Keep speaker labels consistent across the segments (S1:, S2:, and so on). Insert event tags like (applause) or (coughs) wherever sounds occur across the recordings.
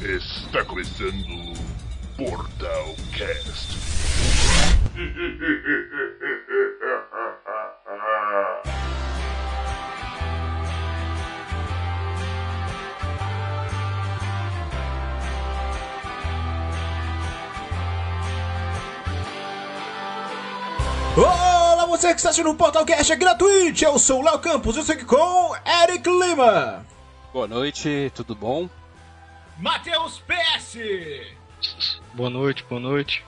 S1: Está começando o Portal Cast.
S2: Olá, você que está assistindo o Portal Cast é gratuito. Eu sou o Léo Campos, eu sei que com Eric Lima,
S3: Boa noite, tudo bom?
S2: Matheus PS
S4: Boa noite, boa noite.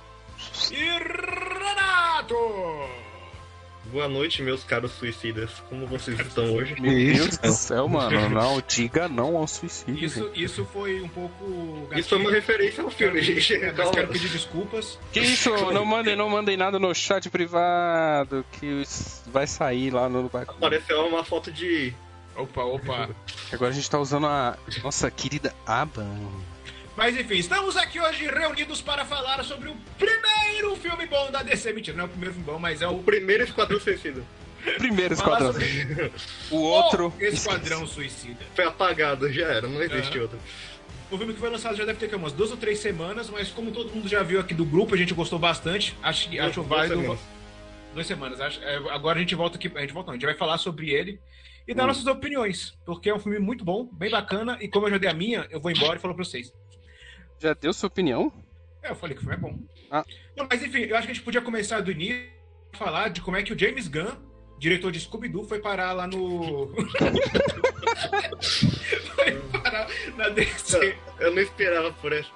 S2: e Renato.
S4: Boa noite, meus caros suicidas. Como vocês estão hoje?
S3: Meu Deus do céu,
S5: (laughs)
S3: mano. Não diga não ao suicídio.
S2: Isso, isso foi um pouco.
S4: Isso é uma referência ao filme, gente.
S2: É, Mas quero pedir desculpas.
S3: Que isso? Não mandem, não mandem nada no chat privado que isso vai sair lá no bagulho.
S4: Apareceu uma foto de.
S2: Opa, opa.
S3: Agora a gente tá usando a nossa querida aba.
S2: Mas enfim, estamos aqui hoje reunidos para falar sobre o primeiro filme bom da DC. Mentira, não é o primeiro filme bom, mas é
S4: O
S2: o.
S4: primeiro Esquadrão Suicida.
S3: Primeiro
S2: Falar
S3: esquadrão.
S2: sobre
S3: O outro.
S2: o Esquadrão Suicida.
S4: Foi apagado, já era, não existe outro.
S2: O filme que foi lançado já deve ter que, é umas duas ou três semanas, mas como todo mundo já viu aqui do grupo, a gente gostou bastante. Acho, que- acho
S4: Duas
S2: válido.
S4: semanas.
S2: Duas semanas. Acho, é, agora a gente volta aqui. A gente volta, não, a gente vai falar sobre ele e dar nossas opiniões. Porque é um filme muito bom, bem bacana, e como eu já dei a minha, eu vou embora e falo pra vocês.
S3: Já deu sua opinião?
S2: É, eu falei que o filme é bom.
S3: Ah.
S2: Não, mas enfim, eu acho que a gente podia começar do início falar de como é que o James Gunn, diretor de Scooby-Doo, foi parar lá no. (laughs) foi parar na DC.
S4: Eu não esperava por essa.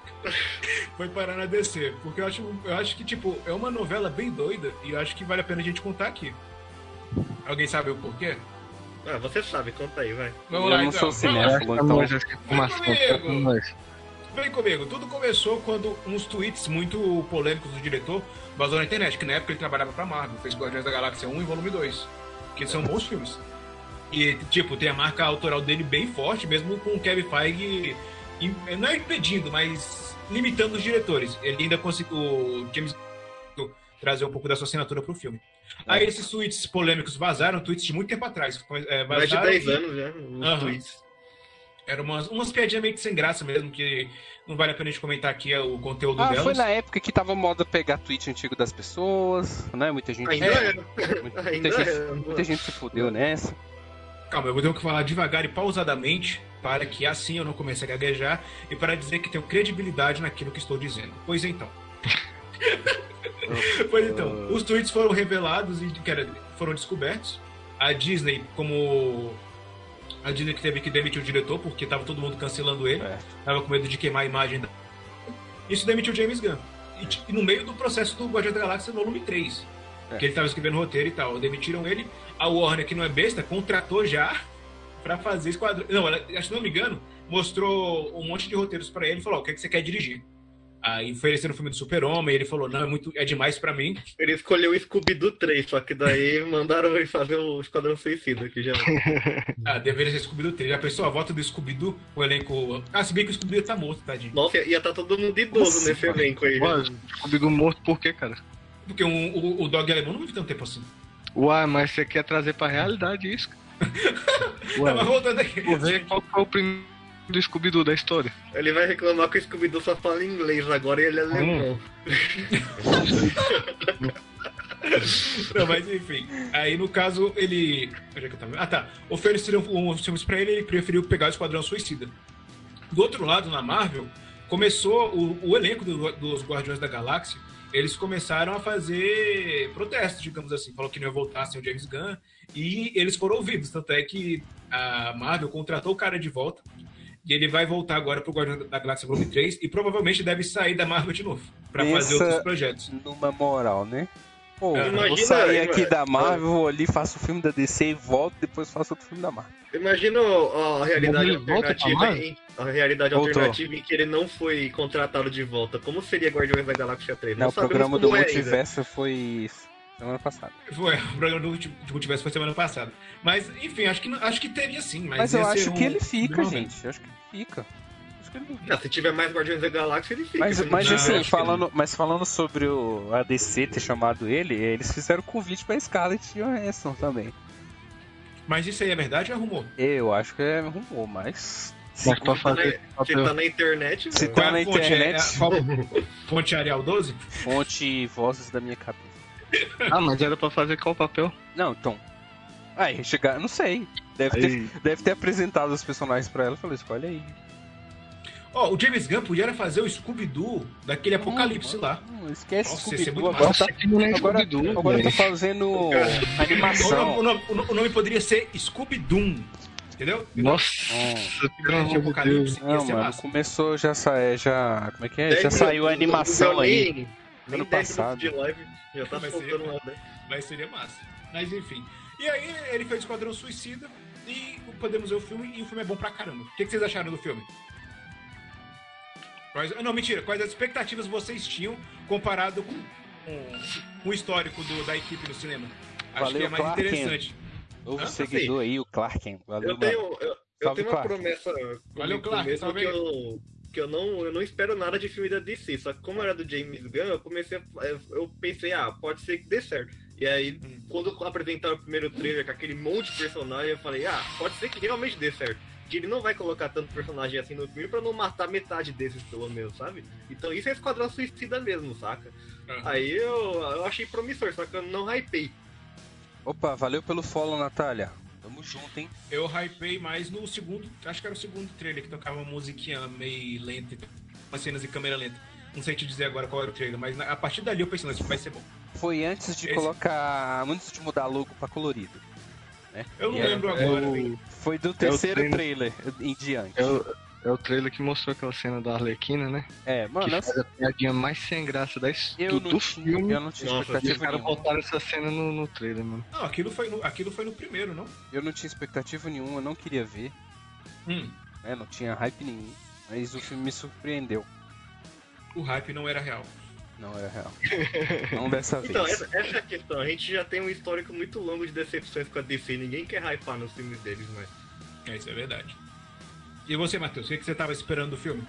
S2: foi parar na DC. Porque eu acho, eu acho que, tipo, é uma novela bem doida e eu acho que vale a pena a gente contar aqui. Alguém sabe o porquê?
S4: Ah, você sabe, conta aí, vai.
S3: eu não sou cinéfilo, então.
S5: Vamos, acho que informação.
S2: Meu amigo!
S5: Vamos.
S2: Vem comigo. Tudo começou quando uns tweets muito polêmicos do diretor vazou na internet, que na época ele trabalhava pra Marvel, fez Guardiões da Galáxia 1 e Volume 2, que são bons filmes. E, tipo, tem a marca autoral dele bem forte, mesmo com o Kevin Feige, im- não é impedindo, mas limitando os diretores. Ele ainda conseguiu, o James Gunn, trazer um pouco da sua assinatura pro filme. Aí esses tweets polêmicos vazaram, tweets de muito tempo atrás. é,
S4: Mais de
S2: vazaram
S4: 10
S2: e-
S4: anos né? já, os
S2: Aham.
S4: tweets.
S2: eram umas, umas piadinhas meio que sem graça mesmo, que não vale a pena a gente comentar aqui o conteúdo
S3: Ah,
S2: delas.
S3: foi na época que tava moda pegar tweet antigo das pessoas, né? Muita gente.
S4: Ainda
S2: É.
S4: era.
S3: muita,
S4: Ainda é.
S3: gente
S4: era.
S3: muita gente se fudeu nessa.
S2: Calma, eu vou ter que falar devagar e pausadamente para que assim eu não comece a gaguejar e para dizer que tenho credibilidade naquilo que estou dizendo. Pois então.
S3: (laughs)
S2: pois então, os tweets foram revelados e que era- foram descobertos. A Disney, como a Disney que teve que demitir o diretor porque estava todo mundo cancelando ele,
S3: É.
S2: tava com medo de queimar a imagem da... Isso demitiu o James Gunn. E, t- e no meio do processo do Guardiões da Galáxia volume 3.
S3: É.
S2: Que ele tava escrevendo roteiro e tal. Demitiram ele. A Warner, que não é besta, contratou já pra fazer esquadrão. Não, ela, acho que se não me engano, mostrou um monte de roteiros pra ele e falou: "Ó, o que, é que você quer dirigir? Aí ofereceram o filme do Super-Homem, ele falou: não, é, muito, é demais pra mim.
S4: Ele escolheu o Scooby-Doo 3, só que daí mandaram ele fazer o Esquadrão Suicida, que já. é.
S2: Ah, deveria ser Scooby-Doo 3. Já pensou a volta do Scooby-Doo, o elenco. Ah, se bem que o Scooby-Doo tá morto, tadinho.
S4: Nossa, ia estar todo mundo idoso
S3: Nossa,
S4: nesse
S3: mano.
S4: elenco aí. já.
S5: Comigo morto por quê, cara?
S2: Porque um- o, o Dog Alemão não vive tanto tempo assim.
S5: Uai, mas você quer trazer pra realidade isso? cara?
S2: Não, (laughs) mas
S5: Uai,
S2: voltando aqui.
S5: vou ver qual foi o primeiro do Scooby-Doo da história.
S4: Ele vai reclamar que o Scooby-Doo só fala inglês agora e ele é
S5: Hum.
S4: alemão.
S2: Não, mas enfim. Aí, no caso, ele. Onde é que eu tava? Ah, tá. Ofereceram uns filmes pra ele ele preferiu pegar o Esquadrão Suicida. Do outro lado, na Marvel, começou o, o elenco do- dos Guardiões da Galáxia. Eles começaram a fazer protestos, digamos assim. Falou que não ia voltar sem o James Gunn. E eles foram ouvidos. Tanto é que a Marvel contratou o cara de volta. E ele vai voltar agora pro Guardiões da Galáxia Volume 3. E provavelmente deve sair da Marvel de novo. Pra fazer
S3: Pensa-
S2: outros projetos.
S3: numa moral, né? Pô,
S2: É,
S3: vou
S4: imagina
S3: sair
S4: aí,
S3: aqui
S4: velho.
S3: da Marvel, vou ali, faço o filme da DC e volto, depois faço outro filme da Marvel.
S4: Imagina ó, a realidade
S5: Ele volta pra
S4: alternativa
S5: Marvel?
S4: em, a realidade
S3: Voltou.
S4: alternativa em que ele não foi contratado de volta. Como seria Guardiões da Galáxia 3?
S3: Não, o
S4: sabemos
S3: programa do
S4: como é ainda.
S3: Multiverso foi semana passada.
S2: Foi, (laughs) o programa do último de multiverso foi semana passada. Mas, enfim, acho que, não- acho que teria sim. Mas,
S3: Mas
S2: ia
S3: eu
S2: ser
S3: acho
S2: um-
S3: que ele fica,
S2: um-
S3: gente. Eu acho que ele fica. Acho que ele fica.
S4: Ah, se tiver mais Guardiões da Galáxia, ele fica.
S3: Mas, mas
S2: não,
S3: assim,
S4: acho que
S3: falando, mas falando sobre o ADC ter chamado ele, eles fizeram convite pra Scarlett Johansson também.
S2: Mas isso aí é verdade ou é rumor?
S3: Eu acho que é rumor, mas
S5: Mas pra fazer.
S4: Tá na-
S5: pra
S4: Você
S5: ter-
S4: tá na internet,
S3: Se
S4: velho.
S3: tá
S2: Qual é
S3: na
S2: a fonte? É a-
S3: internet,
S2: qual- Fonte Arial 12?
S3: fonte vozes da minha cabeça. tá-
S5: Ah, mas era pra fazer qual papel?
S3: Não, então. Aí, chegar, não sei. Deve ter,
S5: Aí,
S3: deve ter apresentado os personagens pra ela e falou: escolhe aí.
S2: Ó, o James Gunn podia era fazer o Scooby-Doo daquele apocalipse lá.
S3: Não, esquece
S2: Nossa,
S3: Scooby-Doo,
S2: esse é muito
S3: agora
S5: nossa,
S3: tá,
S5: que não é
S3: agora,
S5: Scooby-Doo,
S3: agora tá
S5: velho.
S3: fazendo
S2: O nome, o
S3: animação.
S2: nome- o nome- o nome poderia ser Scooby-Doom. Entendeu?
S5: Nossa, que
S2: Grande
S5: grande
S2: apocalipse.
S5: apocalipse.
S2: Ia
S3: Não,
S2: ser
S3: mano,
S2: massa.
S3: começou, já sai, já. Como é que é?
S4: Dez
S3: já saiu a
S4: minutos,
S3: animação
S4: não deu
S3: aí.
S4: Nem,
S3: ano
S4: nem 10
S3: passado.
S4: minutos de live, já tá
S2: Mas
S4: soltando
S2: seria-
S4: uma dessa.
S2: Mas seria massa. Mas enfim. E aí ele fez Esquadrão Suicida e podemos ver o filme e o filme é bom pra caramba. O que, que vocês acharam do filme? Quais- não, mentira. Quais as expectativas vocês tinham comparado com, com o histórico do- da equipe no cinema? Acho
S3: Valeu,
S2: que é mais
S3: Clark Kent.
S2: interessante.
S3: Houve
S2: Hã?
S3: um seguidor aí, o Clarken. Valeu,
S4: Eu
S3: mano.
S4: tenho, eu, eu
S3: Salve,
S4: tenho uma
S3: Clark.
S4: promessa
S2: Valeu,
S4: comigo
S2: Clark,
S4: É
S2: tá
S4: mesmo
S2: salve
S4: que
S2: aí.
S4: eu, que eu não, eu não espero nada de filme da DC. Só que como era do James Gunn, eu comecei a, eu pensei, ah, pode ser que dê certo. E aí,
S2: Hum.
S4: quando apresentaram o primeiro trailer com aquele monte de personagem, eu falei, ah, pode ser que realmente dê certo. Que ele não vai colocar tanto personagem assim no filme pra não matar metade desses pelo menos, sabe? Então isso é Esquadrão Suicida mesmo, saca?
S2: Aham.
S4: Aí eu, eu achei promissor, só que eu não hypei.
S3: Opa, valeu pelo follow, Natália. Tamo junto, hein?
S2: Eu hypei mais no segundo, acho que era o segundo trailer que tocava uma musiquinha meio lenta, umas cenas de câmera lenta. Não sei te dizer agora qual era o trailer, mas na- a partir dali eu pensei, não, isso vai ser bom.
S3: Foi antes de
S2: Esse-
S3: colocar. Antes de mudar logo pra colorido.
S2: Eu não
S3: Yeah.
S2: lembro
S5: É
S2: agora.
S5: o,
S3: Foi do terceiro
S5: treino.
S3: trailer em diante.
S5: é, o, é o trailer que mostrou aquela cena da Arlequina, né?
S3: É, mano,
S5: que
S3: eu,
S5: faz a piadinha mais sem graça da, his-
S3: eu
S5: do,
S3: não
S5: do
S3: tinha,
S5: filme.
S3: eu não tinha
S4: Nossa,
S5: E os
S3: expectativa
S5: caras
S3: nenhuma.
S5: botaram essa cena no, no trailer, mano.
S2: Não, aquilo foi no, aquilo foi no primeiro, não?
S3: Eu não tinha expectativa nenhuma, eu não queria ver,
S2: Hum,
S3: né? Não tinha hype nenhum. Mas o filme me surpreendeu.
S2: o hype não era real.
S3: Não era real. Não dessa vez.
S4: Então, essa, essa é a questão. A gente já tem um histórico muito longo de decepções com a DC. Ninguém quer hypar nos filmes deles, mas.
S2: É, isso é verdade. E você, Matheus, o que, que você tava esperando do filme?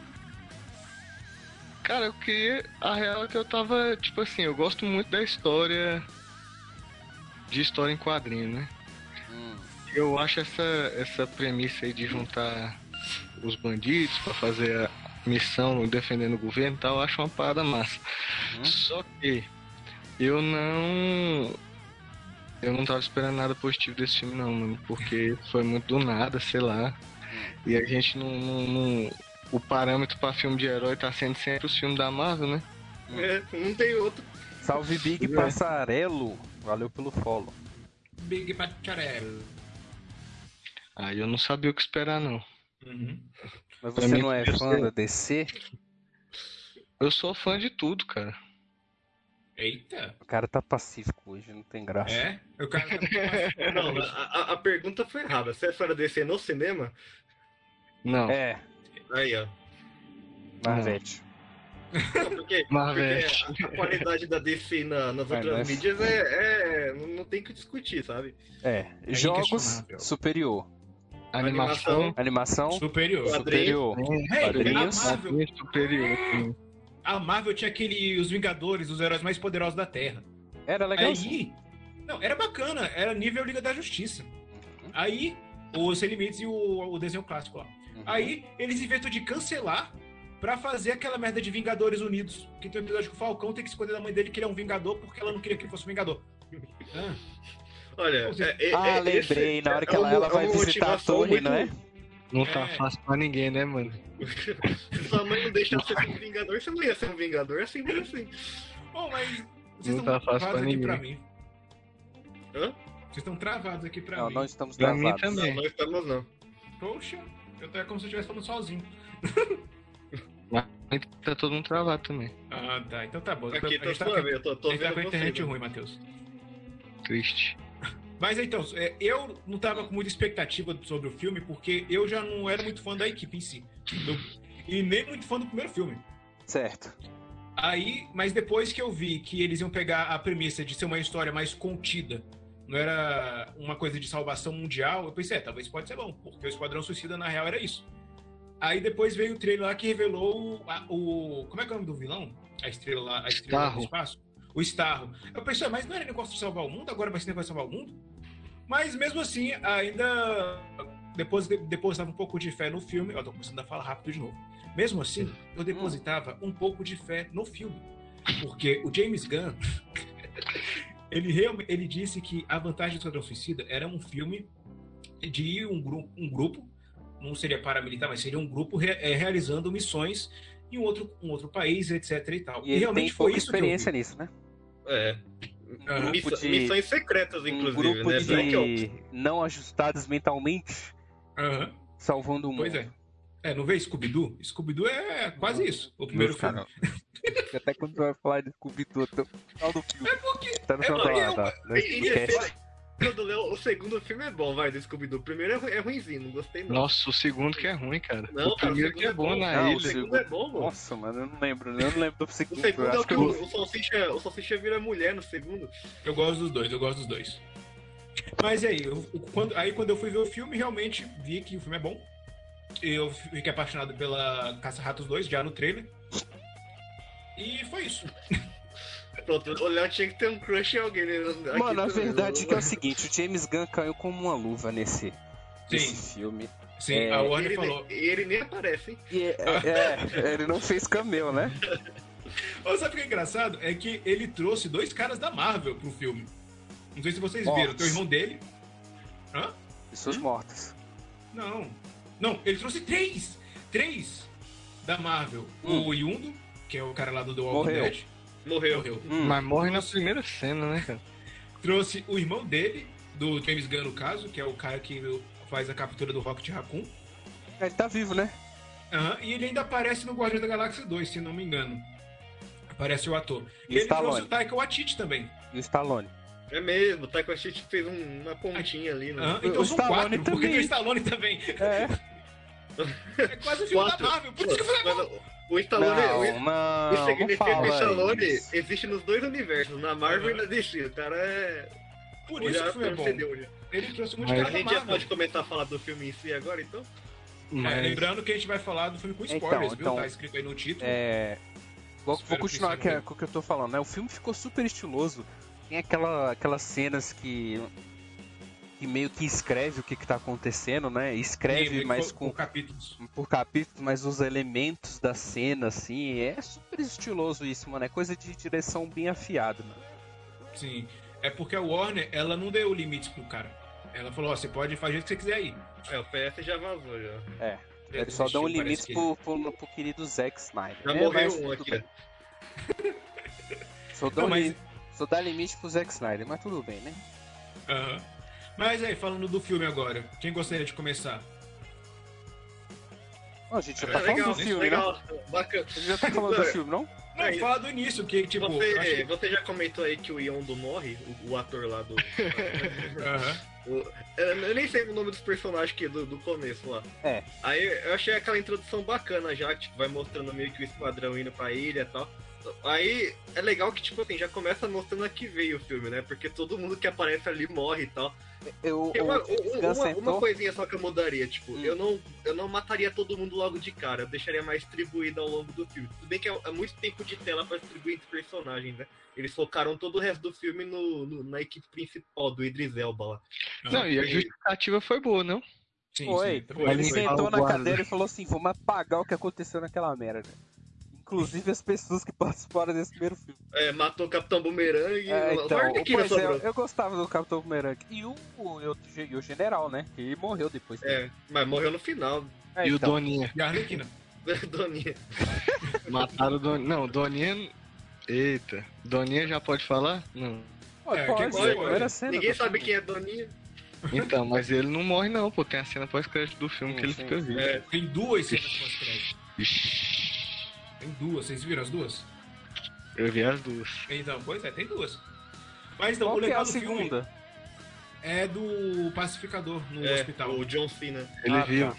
S5: Cara, eu queria. A real é que eu tava, tipo assim, eu gosto muito da história. De história em quadrinho, né?
S3: Hum,
S5: Eu acho essa, essa premissa aí de juntar os bandidos pra fazer a missão defendendo o governo e tal, eu acho uma parada massa.
S3: Uhum.
S5: Só que eu não. Eu não tava esperando nada positivo desse filme, não, mano, porque foi muito do nada, sei lá.
S3: Hum.
S5: E a gente não. não- não- o parâmetro pra filme de herói tá sendo sempre os filmes da Marvel, né?
S3: Hum.
S4: É, não tem outro.
S3: Salve Big
S5: É.
S3: Passarelo. Valeu pelo follow.
S2: Big Pacharello.
S5: Aí eu não sabia o que esperar, não.
S2: Uhum.
S3: Mas
S5: Pra
S3: você
S5: mim,
S3: não é
S5: eu
S3: fã
S5: sei.
S3: da DC?
S5: Eu sou fã de tudo, cara.
S2: Eita.
S3: O cara tá pacífico hoje, não tem graça.
S2: É? O cara É,
S4: Não, a, a- a pergunta foi errada. Você é fã da DC no cinema?
S5: Não,
S3: É,
S4: Aí, ó.
S3: Marvete.
S4: Não, Porque,
S3: Tá
S5: Marvel. é
S4: porque a, a qualidade da DC na- nas
S3: É,
S4: outras
S3: mas-
S4: mídias é, é- Não não tem o que discutir, sabe?
S3: É. Jogos
S2: inquestionável.
S3: superior.
S5: Animação.
S3: Animação
S2: superior.
S3: superior.
S2: Hey, a,
S3: Quadrinhos.
S2: Marvel,
S5: Quadrinho é superior. assim.
S2: a Marvel tinha aquele Os Vingadores, os heróis mais poderosos da Terra.
S3: Era legal.
S2: Aí, não, era bacana, era nível Liga da Justiça. Aí, o Sem Limites e o, o desenho clássico lá.
S3: Uhum.
S2: Aí, eles inventam de cancelar pra fazer aquela merda de Vingadores Unidos. Que tem um episódio que o Falcão tem que esconder da mãe dele que ele é um Vingador porque ela não queria que ele fosse
S4: (laughs)
S2: um Vingador. Ah,
S4: Olha, é- é-
S3: Ah,
S4: é-
S3: lembrei,
S4: esse
S3: na hora que
S4: é
S3: ela,
S4: uma-
S3: ela
S4: é
S3: vai
S4: uma
S3: visitar a
S4: motivação
S3: torre,
S4: muito-
S3: não é?
S5: Não tá
S2: É.
S5: fácil pra ninguém, né, mano?
S4: Se sua mãe não deixasse ser
S3: (laughs)
S4: um Vingador, você não ia ser um Vingador, é simples assim.
S2: Bom, mas vocês
S5: Não
S2: estão
S5: tá fácil
S2: travados
S5: pra
S2: aqui
S5: ninguém.
S2: pra mim.
S4: Hã?
S2: Vocês estão travados aqui pra
S3: Não,
S2: mim.
S3: não estamos
S5: Pra mim
S3: travados.
S5: também.
S4: Não, nós estamos não.
S2: Tá, Poxa, eu tô é como se eu estivesse falando sozinho.
S5: Tá todo mundo travado também.
S2: Ah, tá. Então tá bom.
S4: Aqui,
S2: a gente
S4: tô,
S2: tá,
S4: suave, eu tô, tô
S2: a gente tá
S4: vendo né?
S2: com a internet
S4: vocês.
S2: ruim, Matheus.
S5: Triste.
S2: Mas então, é, eu não tava com muita expectativa sobre o filme, porque eu já não era muito fã da equipe em si. Do- e nem muito fã do primeiro filme.
S3: Certo.
S2: Aí, mas depois que eu vi que eles iam pegar a premissa de ser uma história mais contida, não era uma coisa de salvação mundial, eu pensei, é, talvez pode ser bom, porque o Esquadrão Suicida na real era isso. Aí depois veio o trailer lá que revelou o. a- o- como é que é o nome do vilão? A estrela lá, a estrela
S5: Starro.
S2: do espaço? O Starro. Eu pensei, "Ah, mas não era negócio de salvar o mundo, agora vai ser negócio de salvar o mundo? Mas mesmo assim, ainda depois de- depositava um pouco de fé no filme. Ó, tô começando a falar rápido de novo. Mesmo assim, eu depositava um pouco de fé no filme. Porque o James Gunn, (laughs) ele, realme- ele disse que A Vantagem do Esquadrão Suicida era um filme de um grupo, um grupo não seria paramilitar, mas seria um grupo re- eh, realizando missões em um outro, um outro país, etc e tal.
S3: E ele
S2: realmente
S3: tem pouca
S2: foi isso Uhum. que eu vi.
S3: experiência nisso, né?
S4: É.
S2: Aham.
S3: Um grupo
S4: Missa-
S3: de,
S4: Missões secretas,
S3: um
S4: inclusive,
S3: grupo
S4: né? Black Ops.
S3: de não ajustados mentalmente
S2: Aham.
S3: salvando o mundo.
S2: Pois é. É, não vê Scooby-Doo? Scooby-Doo é quase isso. O primeiro filme.
S5: cara,
S3: (laughs) Até quando você vai falar de Scooby-Doo, até o final do filme.
S2: É porque.
S3: Tá no
S2: é
S3: né? final
S2: porque
S3: da-
S2: eu-
S3: da- da-
S4: E- e
S3: do cast.
S4: esse- o do Léo- O segundo filme é bom, vai, do Scooby-Doo. O primeiro é, ru- é ruimzinho, não gostei não.
S5: Nossa, o segundo que é ruim, cara.
S4: Não,
S5: o
S4: cara, o
S5: primeiro
S4: segundo
S5: que é
S4: é
S5: bom
S4: bom.
S5: na
S3: Não, o
S5: ilha.
S4: O segundo é bom, mano.
S3: Nossa, mano, eu não lembro. Eu não lembro do
S4: O
S3: segundo.
S4: segundo é
S3: eu acho
S4: o que
S3: eu-
S4: o, o Salsicha, o Salsicha vira mulher no segundo.
S2: Eu gosto dos dois, eu gosto dos dois. Mas e aí, eu- o- quando, aí quando eu fui ver o filme, realmente vi que o filme é bom. Eu fiquei apaixonado pela Caça-Ratos 2, já no trailer. E foi isso.
S4: Pronto, o Léo tinha que ter um crush em alguém, né? Aqui
S3: Mano, a
S4: também,
S3: verdade é
S4: mano.
S3: que é o seguinte, o James Gunn caiu como uma luva nesse, nesse
S2: Sim,
S3: filme.
S2: sim,
S3: É,
S2: a
S4: E
S2: Warner
S4: ele,
S2: falou.
S4: nem- e ele nem aparece, hein?
S3: E é- é, é, (laughs) ele não fez cameo, né?
S2: Ó, sabe o que é engraçado? É que ele trouxe dois caras da Marvel pro filme. Não sei se vocês
S3: Nossa.
S2: viram, tem o irmão dele.
S3: Pessoas mortas.
S2: Não. Não, ele trouxe três. Três da Marvel.
S3: Hum.
S2: O Yundo, que é o cara lá do The Walking
S3: Morreu.
S2: Dead.
S4: Morreu.
S2: Morreu.
S3: Hum.
S5: Mas morre na primeira cena, né, cara?
S2: Trouxe o irmão dele, do James Gunn, no caso, que é o cara que faz a captura do Rocket Raccoon.
S3: Ele tá vivo, né?
S2: Aham, e ele ainda aparece no Guardiões da Galáxia 2, se não me engano. Aparece o ator.
S3: E
S2: E ele
S3: Stallone.
S2: trouxe o Taika Waititi também.
S3: E o Stallone.
S4: É mesmo, o Taika Waititi fez um- uma pontinha ali, né?
S2: Aham, então
S3: O
S2: são
S3: Stallone
S2: quatro, porque
S3: também.
S2: tem o Stallone também.
S3: É.
S2: É quase o filme é
S4: Quatro.
S2: da Marvel, por isso que eu falei...
S4: Mas o- o Stallone...
S3: Não,
S4: né? o-
S3: não,
S4: Isso
S3: não
S4: significa que é o
S3: fala
S4: Stallone
S3: isso.
S4: existe nos dois universos, na Marvel
S2: Aham.
S4: e na DC. O cara é.
S2: Por isso que o filme é bom.
S4: entendeu, né?
S2: Ele trouxe muito
S5: Mas-
S2: cara
S4: A
S2: da
S4: gente já
S2: Marvel.
S4: pode começar a falar do filme em si agora, então?
S5: Mas
S2: É, lembrando que a gente vai falar do filme com
S3: Então,
S2: spoilers, viu?
S3: então,
S2: Tá escrito aí no título.
S3: É. Vou, vou
S2: Espero que
S3: continuar
S2: isso
S3: que-
S2: ajude.
S3: com o que eu tô falando, né? O filme ficou super estiloso. Tem aquela, aquelas cenas que. que meio que escreve o que, que tá acontecendo, né? Escreve,
S2: E-
S3: mas
S2: com,
S3: com.
S2: com capítulos.
S3: por capítulo, mas os elementos da cena, assim, é super estiloso isso, mano. É coisa de direção bem afiada, mano.
S2: Sim. É porque a Warner, ela não deu limites pro cara. Ela falou, ó, você pode fazer o que você quiser aí.
S4: É, o PS já vazou já.
S3: É. Eles só dão um
S2: Parece
S3: limite
S2: que-
S3: pro, pro, pro querido Zack Snyder.
S4: Já
S3: né?
S4: morreu
S3: Mas
S4: um
S3: tudo
S4: aqui,
S3: bem. Só dá, um
S2: Não, mas-
S3: li- só dá limite pro Zack Snyder, mas tudo bem, né?
S2: Aham. Mas aí, falando do filme agora, quem gostaria de começar?
S3: Ó, a gente já
S2: É,
S3: tá falando
S4: legal,
S3: do filme, né?
S4: legal, bacana.
S3: A gente já tá falando do filme, não?
S2: Não,
S4: Aí.
S2: fala do início, que tipo. eu acho
S4: você, eh,
S2: que-
S4: você já comentou aí que o Yondo morre, o, o ator lá
S3: (laughs)
S4: do.
S2: Aham.
S4: o- eu, eu nem sei o nome dos personagens que, do, do começo lá.
S3: É.
S4: Aí eu achei aquela introdução bacana já, que tipo, vai mostrando meio que o esquadrão indo pra ilha e tal. Aí é legal que, tipo assim, já começa mostrando a que veio o filme, né? Porque todo mundo que aparece ali morre e tal.
S3: Eu,
S4: Tem
S3: o
S4: uma, um-
S3: James
S4: uma-
S3: Gunn
S4: uma
S3: Tipo, sentou. Hum.
S4: coisinha só que eu mudaria, tipo, eu, não, eu não mataria todo mundo logo de cara, eu deixaria mais distribuído ao longo do filme. Tudo bem que é, é muito tempo de tela pra distribuir entre personagens, né? Eles focaram todo o resto do filme no, no- na equipe principal do Idris Elba lá.
S5: Não, e a justificativa foi boa, não?
S2: Sim, Então,
S3: Foi.
S2: sim.
S3: Ele
S5: foi.
S3: sentou na
S5: Guarda.
S3: cadeira e falou assim: vamos apagar o que aconteceu naquela merda. Inclusive as pessoas que participaram desse primeiro filme.
S4: É, matou o Capitão Boomerang e
S3: É,
S4: o
S3: então,
S4: Lorde que
S3: pois é,
S4: sobrou.
S3: eu gostava do Capitão Boomerang. E o, o- e o general, né? Que morreu depois.
S4: É, mas morreu no final. (laughs)
S3: É,
S5: e o
S3: então.
S5: Doninha.
S2: E a Arlequina.
S4: Doninha.
S5: Mataram o Doninha. Não, Doninha. Eita. Doninha já pode falar? Não.
S3: Pô,
S2: É,
S3: pô,
S2: quem
S3: essa
S2: morre,
S3: primeira
S2: morre.
S3: cena
S4: Ninguém
S3: do
S4: sabe
S3: filme.
S4: quem é Doninha.
S5: Então, mas ele não morre, não, pô. Tem a cena pós-crédito do filme
S3: Sim,
S5: que ele
S3: sim,
S5: fica
S3: sim.
S5: vivo.
S4: É.
S2: Tem duas cenas pós-crédito.
S5: Ixi,
S2: Tem duas, vocês viram as duas?
S5: Eu vi as duas.
S2: Então, pois é, tem duas. Mas então,
S3: Qual
S2: o
S3: que é
S2: legal
S3: a
S2: do filme
S3: segunda?
S2: é do pacificador no
S4: É,
S2: hospital.
S4: o John Cena.
S5: Ele
S3: Ah,
S5: viu.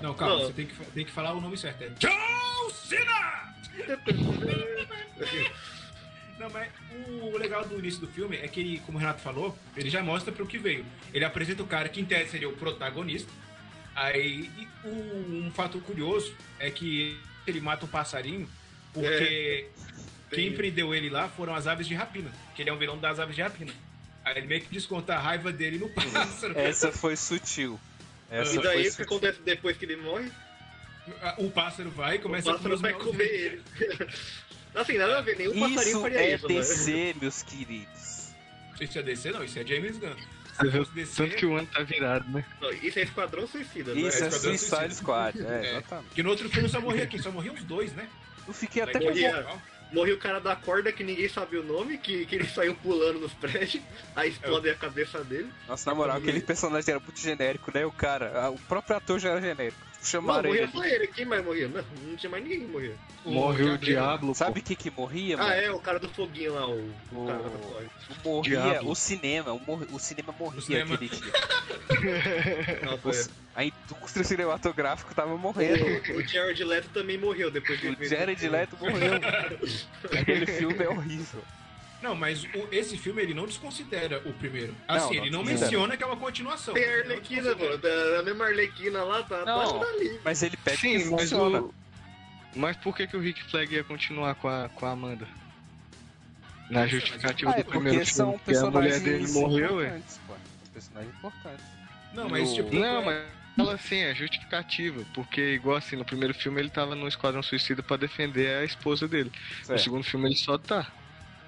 S2: Não, calma,
S4: Não.
S2: você tem que, fa- tem que falar o nome certo. É John Cena! Não, mas o legal do início do filme é que ele, como o Renato falou, ele já mostra pro que veio. Ele apresenta o cara que em tese seria o protagonista. Aí, e o- um fato curioso é que ele mata um passarinho porque quem
S4: É, Sim.
S2: prendeu ele lá foram as aves de rapina, que ele é um vilão
S4: É.
S2: das aves de rapina. Aí ele meio que desconta a raiva dele no pássaro.
S3: Essa foi sutil.
S4: E
S3: Essa
S4: daí
S3: foi
S4: o que acontece depois que ele morre?
S2: O pássaro vai e
S4: O
S2: começa
S4: pássaro vai
S2: comer os
S4: comer
S2: mel-
S4: ele. assim, nada a ver, nenhum passarinho
S3: Isso
S4: faria
S3: é
S4: isso, né?
S3: DC, meus queridos.
S2: Isso é DC, não, isso é James Gunn.
S5: Você viu
S2: Se DC,
S5: Tanto que o ano tá virado, né?
S4: Não, isso é Esquadrão Suicida, né?
S3: Isso é
S2: Esquadrão
S3: Suicide
S2: Suicida. É.
S3: Squad, é, exatamente.
S2: que no outro filme só morria quem? Só morriam os dois, né?
S3: Eu fiquei até
S2: Daí
S3: com
S4: morria-
S3: vontade.
S2: morreu-
S4: Morreu o cara da corda que ninguém sabia o nome, que, que ele saiu pulando nos prédios, aí explodem a cabeça dele.
S3: Nossa, na moral, aquele personagem era muito genérico, né? O cara, a- o próprio ator já era genérico. Tipo,
S4: Não,
S3: Chamaram ele.
S4: morreu
S3: ali.
S4: só ele, quem mais morria? Não, não tinha mais ninguém que morria.
S5: Morre o Diablo,
S3: Sabe o que que morria, mano?
S4: Ah, é, o cara do foguinho lá, o, o cara da
S3: O-
S4: tatuagem.
S3: Morria
S5: Diablo.
S3: o cinema, o, mor- o cinema morria
S2: cinema.
S3: aquele
S5: (laughs)
S3: dia.
S4: Nossa,
S3: (laughs) O c- A indústria cinematográfica tava morrendo.
S4: é. O Jared Leto também morreu depois que
S3: O Jared Leto morreu. Aquele filme é horrível.
S2: Não, mas o- esse filme ele não desconsidera o primeiro. Assim,
S3: não
S2: ele não
S3: desconsidera.
S2: menciona que é uma continuação.
S4: Tem a
S2: Ele não
S4: Arlequina,
S2: desconsidera.
S4: mano. Da, a mesma Arlequina lá tá,
S3: Não.
S4: tá ali.
S3: Mas ele pega
S5: Sim,
S3: e
S5: mas
S3: funciona.
S5: o- Mas por que, que o Rick Flag ia continuar com a, com a Amanda? Na justificativa
S3: Ah, é
S5: do primeiro
S3: porque
S5: filme,
S3: são
S5: que a mulher
S3: personagens
S5: dele morreu, é.
S3: importantes, pô. São personagens importantes.
S2: Não, mas
S3: No-
S2: tipo.
S5: Não, mas ela assim, é justificativa. Porque, igual assim, no primeiro filme ele tava no Esquadrão Suicida pra defender a esposa dele. No segundo filme ele só tá.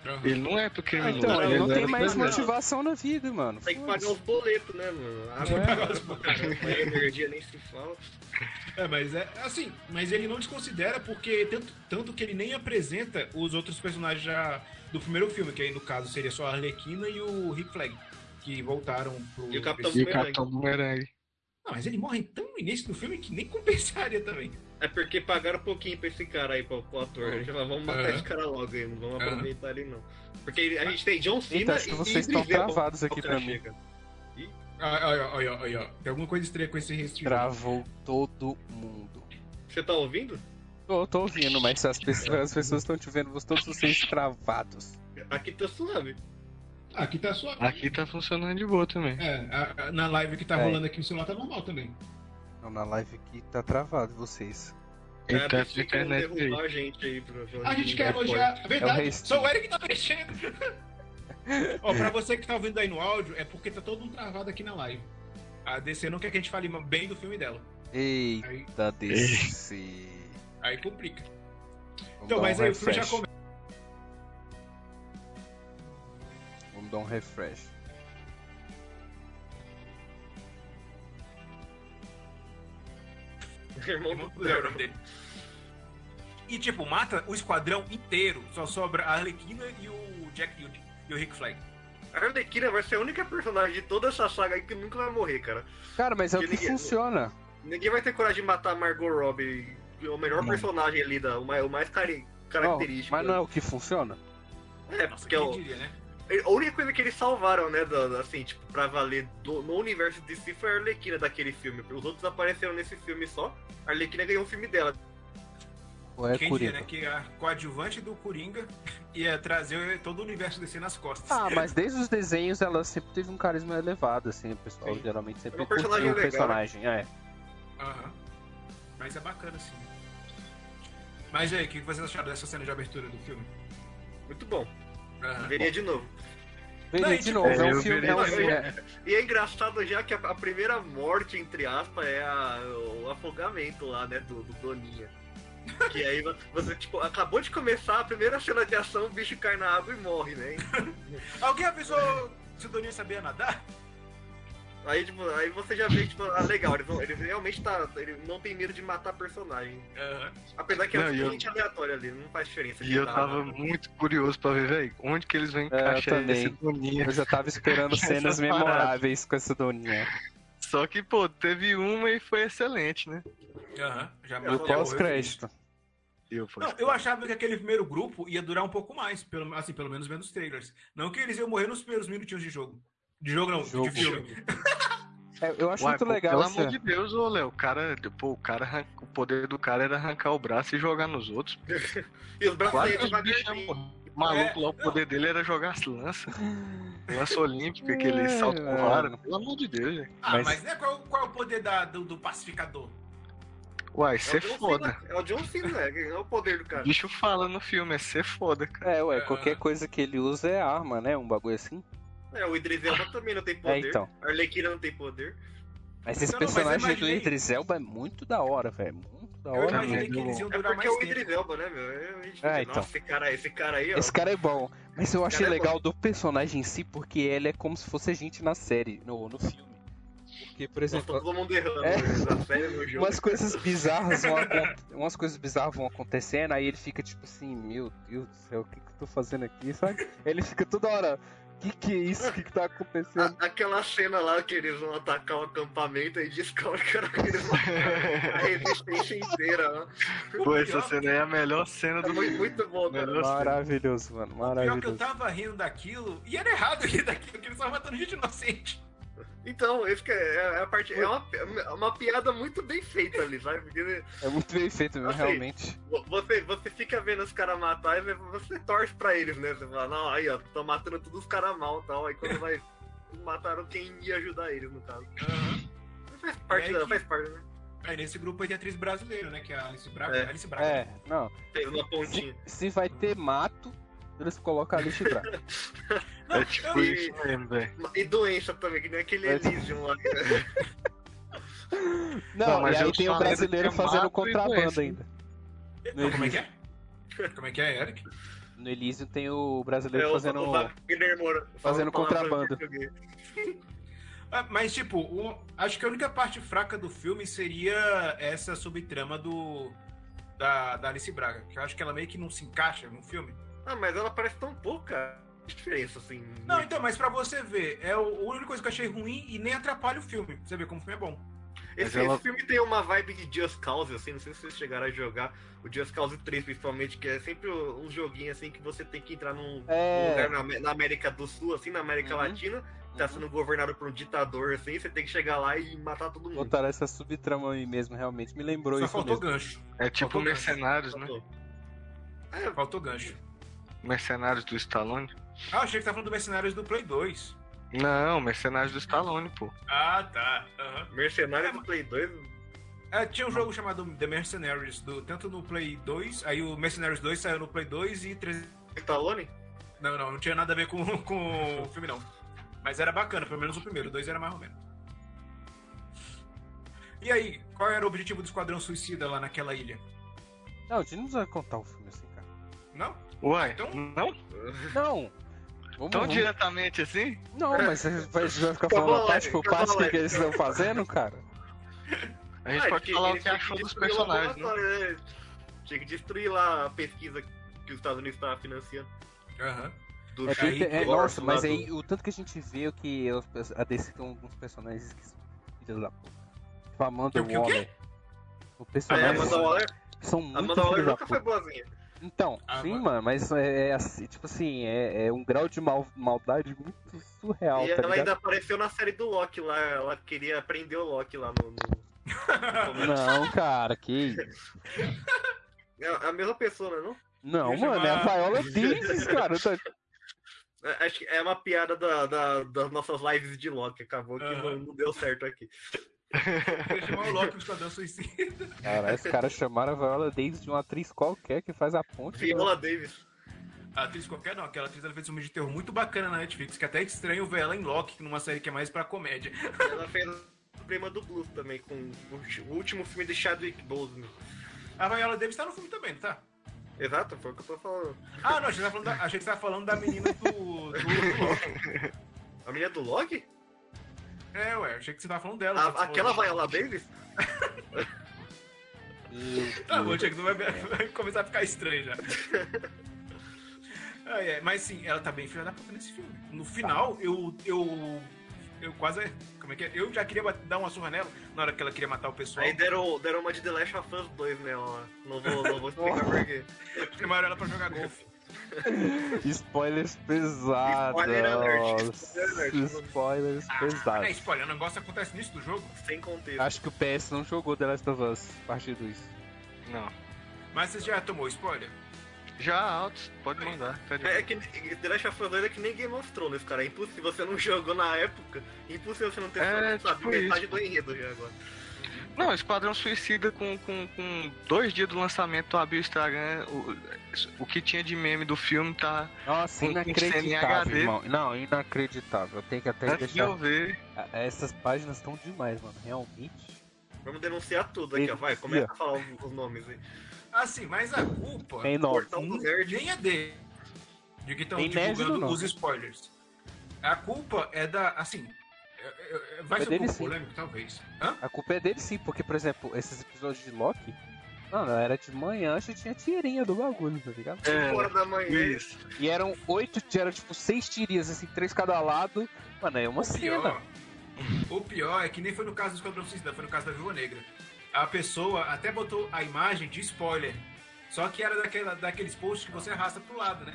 S2: Aham.
S5: Ele não é pro
S3: É. Ah,
S5: criminoso.
S3: então,
S4: não,
S5: ele
S3: não
S4: não
S5: era
S3: tem
S4: era
S3: mais
S4: pra-
S5: criminoso.
S3: motivação na vida, mano.
S4: Tem que
S5: um
S4: pagar os
S3: Foda-se.
S4: boletos, né, mano? Água é cara, mas energia nem se fala.
S2: É, mas é assim, mas ele não desconsidera porque tanto, tanto que ele nem apresenta os outros personagens já do primeiro filme, que aí no caso seria só a Arlequina e o Rick Flag, que voltaram pro
S4: E o Capitão
S5: E
S2: esse-
S5: o Capitão Boomerang.
S2: Não, mas ele morre tão no início do filme que nem (laughs) compensaria também.
S4: É porque pagaram um pouquinho pra esse cara aí, pro, pro
S2: É.
S4: ator. A gente falou, vamos matar
S2: Aham.
S4: esse cara logo aí, não vamos
S2: Aham.
S4: aproveitar ele não. Porque a gente tem John Cena
S3: Eita, Então, acho
S4: e
S3: que vocês
S4: Idris
S3: estão
S4: Elba.
S3: travados aqui
S4: O cara
S3: pra mim.
S4: chega.
S2: Ah, Olha, olha, olha, olha. Tem alguma coisa estranha com esse restrição.
S3: (laughs) Travou todo mundo.
S4: Você tá ouvindo?
S3: Tô, tô ouvindo, mas as pessoas as pessoas estão te vendo, todos vocês travados.
S4: Aqui tá suave.
S2: Ah, aqui tá só.
S5: Aqui tá funcionando de boa também.
S2: É, a- a- na live que tá
S3: É.
S2: rolando aqui no celular tá normal também.
S3: Não, na live aqui tá travado vocês.
S5: Ele tá
S4: Cara,
S5: com a
S4: vocês querem
S5: internet aí.
S4: derrubar a gente aí. Pra, pra-
S2: A gente quer
S4: pra-
S2: elogiar. A verdade,
S3: É rei-
S2: só o Eric tá mexendo. (laughs) Ó, pra você que tá ouvindo aí no áudio, é porque tá todo mundo travado aqui na live. A DC não quer que a gente fale bem do filme dela.
S3: Eita,
S2: Aí,
S3: DC.
S2: aí complica.
S3: Vamos
S2: Então,
S3: dar
S2: mas
S3: um
S2: aí o filme já
S3: refresh.
S2: começa.
S3: Vamos dar um refresh.
S4: (laughs) Irmão
S2: Vamos
S4: do
S2: mudar o
S4: Zero.
S2: nome dele. E tipo, mata o esquadrão inteiro. Só sobra a Arlequina e o Jack e o, e o Rick Flag.
S4: A Arlequina vai ser a única personagem de toda essa saga aí que nunca vai morrer, cara.
S3: Cara, mas é o que
S4: Ninguém-
S3: funciona.
S4: Ninguém vai ter coragem de matar a Margot Robbie, o melhor personagem ali, da, o mais, o mais cari-
S3: Não,
S4: característico.
S3: mas não é o que funciona.
S4: É,
S2: Nossa,
S4: porque
S2: quem
S4: é o-
S2: diria, né?
S4: a única coisa que eles salvaram, né, da- da- assim, tipo, pra valer do- no universo de si foi a Arlequina daquele filme. Os outros apareceram nesse filme só, a Arlequina ganhou um filme dela.
S3: Ou é
S2: quem
S3: Coringa?
S2: diria, né? Que a coadjuvante do Coringa ia trazer todo o universo DC nas costas.
S3: Ah, mas desde os desenhos ela sempre teve um carisma elevado, assim, o pessoal
S2: Sim.
S3: geralmente sempre
S4: É um personagem
S3: curtiu o
S4: legal,
S3: personagem, é.
S2: Aham. Mas é bacana, sim. Mas e aí, o que vocês acharam dessa cena de abertura do filme?
S4: Muito bom,
S2: Aham.
S4: veria de novo.
S3: Veria
S2: Não, e
S3: de
S2: tipo-
S3: novo, é
S5: É,
S3: um
S5: eu
S3: filme, é um
S4: veria-
S3: filme. é-
S4: E é engraçado já que a, a primeira morte, entre aspas, é a- o afogamento lá, né, do, do Doninha. Que aí vo- você, tipo, acabou de começar a primeira cena de ação, o bicho cai na água e morre, né?
S2: Alguém avisou se o Doninho sabia nadar?
S4: Aí, tipo, aí você já vê, tipo, ah, legal, ele, ele realmente tá. Ele não tem medo de matar personagem.
S2: Aham.
S4: Apesar que é
S5: Não,
S4: um
S5: e eu-
S4: gente aleatório ali, não faz diferença.
S5: E eu
S4: Tá,
S5: tava
S4: né?
S5: muito curioso pra ver, velho, onde que eles vão encaixar
S3: É, também.
S5: esse doninho.
S3: Eu já tava esperando
S5: Essa
S3: cenas
S5: parada.
S3: memoráveis com essa doninha.
S5: Só que, pô, teve uma e foi excelente, né?
S2: Aham. Já
S4: No
S2: já
S3: No
S2: morreu.
S3: pós-crédito.
S5: E eu falei,
S2: Não, eu achava que aquele primeiro grupo ia durar um pouco mais, pelo, assim, pelo menos vendo os trailers. Não que eles iam morrer nos primeiros minutinhos de jogo. De jogo não,
S3: Jogo.
S2: de filme.
S3: É, eu acho
S5: Uai,
S3: muito
S5: pô,
S3: legal
S5: Pelo
S3: essa.
S5: amor de Deus, ô Léo, o cara, pô, o cara, arran- o poder do cara era arrancar o braço e jogar nos outros.
S4: E os braços
S5: Quase
S4: dele
S5: que os bichos
S4: devagarzinho.
S5: morreram. O maluco
S2: É,
S5: lá, o poder dele era jogar as lanças.
S3: (laughs)
S5: Lança olímpica, que
S3: É,
S5: ele salta com vara. Pelo amor de Deus, velho.
S2: Ah, mas,
S3: Mas-
S2: né, qual, qual é o poder da- do, do pacificador?
S5: Uai,
S4: É o
S5: ser
S2: um
S4: John
S5: foda.
S4: Cena, é o John Cena, é, é o poder do
S5: O (laughs)
S4: cara.
S5: bicho fala no filme, é ser foda, cara.
S3: É, ué, qualquer coisa que ele usa é arma, né? Um bagulho assim.
S4: É, o Idris Elba também não tem
S3: É,
S4: poder.
S3: então.
S4: A Arlequina não tem poder.
S3: Mas esse
S2: Não, não, mas eu
S3: personagem do
S2: imaginei-
S3: Idris Elba é muito da hora, velho. Muito da
S2: Eu
S3: hora.
S2: imaginei
S5: muito
S2: que
S5: bom.
S2: eles iam
S4: É
S2: durar
S4: porque é
S2: mais
S4: o
S2: tempo.
S4: Idris Elba, né, meu? É, a gente
S3: Ah,
S4: fica,
S3: então.
S4: Nossa, esse cara, esse cara aí, ó.
S3: Esse cara é bom, mas eu achei
S4: cara é
S3: legal do personagem em si porque ele é como se fosse a gente na série, no, no filme. Porque, por
S4: Nossa, tá
S3: exemplo,
S4: todo mundo errando
S3: É.
S4: né, na série, no jogo.
S3: umas coisas
S2: (laughs)
S3: bizarras vão acon- umas coisas bizarras vão acontecendo, aí ele fica tipo assim, meu Deus do céu, o que que eu tô fazendo aqui, sabe? Ele fica toda hora, que que é isso, o que que
S2: (laughs)
S3: tá acontecendo?
S4: A- Aquela cena lá que eles vão atacar o acampamento e descobre que era que eles vão (laughs)
S2: É,
S5: (laughs)
S4: a resistência inteira lá.
S5: Pô, essa cena aí é a melhor cena
S4: É
S5: do
S4: muito, muito bom, cara.
S5: Melhor cena.
S3: Maravilhoso, mano,
S2: Pior que eu
S3: maravilhoso.
S2: tava rindo daquilo, e era errado rir daquilo, porque eles estavam matando gente inocente.
S4: Então, esse que é, é a parte. É uma, é uma piada muito bem feita ali, sabe? Porque
S3: É muito bem feito, mesmo,
S4: Assim,
S3: realmente.
S4: vo- você, você fica vendo os caras matar e você torce pra eles, né? Você fala, não, aí ó, tô matando todos os caras mal e tal. Aí quando vai. (laughs) Mataram quem ia ajudar eles, no caso. Mas Faz parte,
S2: aí
S4: da,
S2: que-
S4: faz parte, né?
S2: Aí nesse grupo aí tem atriz brasileira, né? Que é a Alice Braga.
S4: É.
S2: Alice Braga.
S3: É, não,
S4: Tem uma pontinha.
S3: se vai ter mato, eles colocam a lixa
S2: (laughs)
S3: branca.
S5: É tipo
S2: eu-
S5: isso mesmo, velho.
S4: E doença também, que nem aquele
S3: Mas-
S4: Elysium
S3: (laughs)
S4: lá.
S3: Não,
S5: Pô, mas
S3: e aí
S5: eu
S3: tem
S5: só
S3: o brasileiro
S5: lembro que é
S3: fazendo
S5: mato e
S3: contrabando
S5: doença.
S3: ainda.
S2: Não, como é que é? Como é que é, Eric?
S3: No Elysium tem o
S4: É,
S3: brasileiro
S4: o-
S3: fazendo.
S4: o Wagner Moura
S3: fazendo
S4: falando palavra
S3: contrabando.
S4: em português.
S2: Ah, Mas, tipo, o- acho que a única parte fraca do filme seria essa subtrama do. Da, da Alice Braga, que eu acho que ela meio que não se encaixa no filme.
S4: Ah, mas ela parece tão pouca diferença, assim.
S2: Não, então, mas pra você ver, é o, a única coisa que eu achei ruim e nem atrapalha o filme. Pra Você vê como o filme é bom.
S4: Esse,
S5: Mas ela-
S4: esse filme tem uma vibe de Just Cause, assim, não sei se vocês chegaram a jogar. O Just Cause 3, principalmente, que é sempre um joguinho, assim, que você tem que entrar num,
S3: É.
S4: num lugar na, Amé- na América do Sul, assim, na América
S3: Uhum.
S4: Latina, que tá sendo governado por um ditador, assim, você tem que chegar lá e matar todo mundo.
S3: Botaram essa subtrama aí mesmo, realmente. Me lembrou
S2: Só
S3: isso
S2: faltou
S3: mesmo.
S2: gancho.
S5: É tipo
S2: Faltou
S4: Tá
S5: Mercenários,
S4: é
S5: né?
S2: Faltou gancho.
S5: Mercenários do Stallone.
S2: Ah, eu achei que tá falando do Mercenários do Play 2.
S5: Não, Mercenários do Stallone, pô.
S2: Ah, tá. Aham.
S4: Mercenário do Play 2,
S2: É, tinha um jogo chamado The Mercenaries, do, tanto no Play 2, aí o Mercenaries 2 saiu no Play 2 e 3...
S4: Stallone?
S2: Não, não, não tinha nada a ver com, (laughs) com o filme, não. Mas era bacana, pelo menos o primeiro, o 2 era mais ou menos. E aí, qual era o objetivo do Esquadrão Suicida lá naquela ilha?
S3: Não, a gente não vai contar o filme assim,
S4: (laughs)
S3: cara.
S2: Não?
S5: Uai,
S2: Então-
S5: não?
S4: uhum.
S3: Não! Vamos,
S4: Então
S5: Tão
S3: vamos.
S5: diretamente assim?
S3: Não, mas você vai, você vai ficar
S4: Tá
S3: falando
S4: bom,
S3: parte por
S4: tá
S3: parte o
S4: bom,
S3: que que eles estão fazendo, cara?
S5: A gente
S4: Ah,
S5: pode
S4: tinha
S5: falar o
S4: ele
S5: que
S4: tinha
S5: achou dos
S4: destruir o
S5: personagens, né?
S4: laboratório, né? Tinha que destruir lá a pesquisa que os Estados Unidos estavam financiando.
S2: Aham.
S4: Do
S3: É,
S2: Jair
S3: porque- é,
S4: Jair
S3: nossa,
S4: Gordo
S3: mas
S4: lá do-
S3: aí o tanto que a gente vê o que os pe- a DC tem alguns personagens que são filhos da puta. Tipo, a Amanda
S2: O que, o quê?
S3: Waller. O
S4: Ah, é, a
S3: personagem
S4: Amanda Waller,
S3: são
S4: a
S3: né? muito
S4: Amanda Waller
S3: filhos da
S4: nunca foi
S3: puta.
S4: boazinha.
S3: Então,
S2: Ah,
S3: sim,
S2: agora-
S3: mano, mas é, é assim, tipo assim, é, é um grau de mal- maldade muito surreal,
S4: e
S3: tá
S4: ela
S3: ligado?
S4: ainda apareceu na série do Loki lá. Ela queria prender o Loki lá no. no-
S3: Não,
S2: (laughs)
S3: cara, que isso.
S4: É a mesma pessoa, né? Não?
S3: Não,
S2: Eu ia
S3: mano, é a
S2: chamar- (laughs)
S3: Viola Davis, cara. tá-
S4: É- Acho que é uma piada da- da- das nossas lives de Loki. Acabou que
S2: Aham.
S4: não, não deu certo aqui.
S5: (laughs)
S2: Queria chamar o Loki do Esquadrão Suicida.
S3: Cara, os caras chamaram a Viola Davis de uma atriz qualquer que faz a ponte.
S4: Viola Davis.
S2: A (laughs) atriz qualquer não, aquela atriz ela fez um filme de terror muito bacana na Netflix, que até é estranho ver ela em Loki, numa série que é mais pra comédia.
S4: Ela fez o prima do Blues também, com o o último filme de Chadwick Boseman.
S2: A Viola Davis tá no filme também, não tá?
S4: Exato, foi o que eu tô falando.
S2: Ah, não, achei que você tava falando da, achei que você tava falando da menina do, do, do
S4: (laughs)
S2: Loki.
S4: A menina do Loki?
S2: É, ué, achei que você tava falando
S5: Ah,
S2: dela.
S4: A- aquela Viola Davis?
S2: Tá bom, Diego, vai, vai começar a ficar estranho já. (laughs) Ai, ai, Mas sim, ela tá bem filha da puta nesse filme. No final,
S4: Tá.
S2: eu. eu eu quase. Como é que é? Eu já queria bat- dar uma surra nela na hora que ela queria matar o pessoal.
S4: Aí então, deram, deram uma de The Last of Us 2 nela lá. Não vou, não vou explicar por quê.
S2: Chamaram ela pra
S4: (laughs)
S2: jogar golfe.
S3: Spoilers pesados.
S4: Spoiler alert, spoiler alert.
S3: Spoilers
S2: Ah, é
S3: pesados.
S2: spoiler, o negócio acontece nisso do jogo.
S4: Sem contexto.
S5: Ah.
S3: Acho que o PS não jogou The Last of Us, partido isso.
S5: Não.
S2: Mas você já tomou spoiler?
S5: Já altos, pode mandar. Tá de...
S4: É que The Last of Us 2 é que nem Game of Thrones, cara. É impossível você não jogou na época. Impossível você não ter
S5: É,
S4: sabe,
S5: tipo
S4: metade
S5: isso.
S4: do enredo já agora.
S5: Não, Esquadrão Suicida com, com, com dois dias do lançamento, tu abriu o Instagram, o, o que tinha de meme do filme tá.
S3: Nossa,
S5: Com- com
S3: inacreditável,
S5: CNHD.
S3: irmão. Não, inacreditável. Eu tenho que até
S5: Antes de
S3: deixar.
S5: eu ver.
S3: Ah, Essas páginas estão demais, mano. Realmente.
S4: Vamos denunciar tudo aqui, ó. Vai, começa a falar os, os nomes aí.
S2: Assim, mas a culpa
S3: É enorme.
S4: Portal do Nerd.
S2: nem é dele. De que estão
S3: Tem nerd
S2: divulgando
S3: no nome.
S2: os spoilers. A culpa é da. Assim. é- é- é- Vai
S3: É
S2: ser um
S3: dele
S2: pouco
S3: sim.
S2: polêmico, talvez. Hã?
S3: A culpa é dele sim, porque, por exemplo, esses episódios de Loki. Mano, era de manhã, já tinha tirinha do bagulho, tá ligado?
S5: É,
S4: Fora da manhã.
S5: isso.
S3: E eram oito, era tipo seis tirinhas, assim, três cada lado. Mano, é uma
S2: O pior,
S3: cena.
S2: o pior é que nem foi no caso do Esquadrão Suicida, foi no caso da Viúva Negra. A pessoa até botou a imagem de spoiler. Só que era daquela, daqueles posts que você arrasta pro lado, né?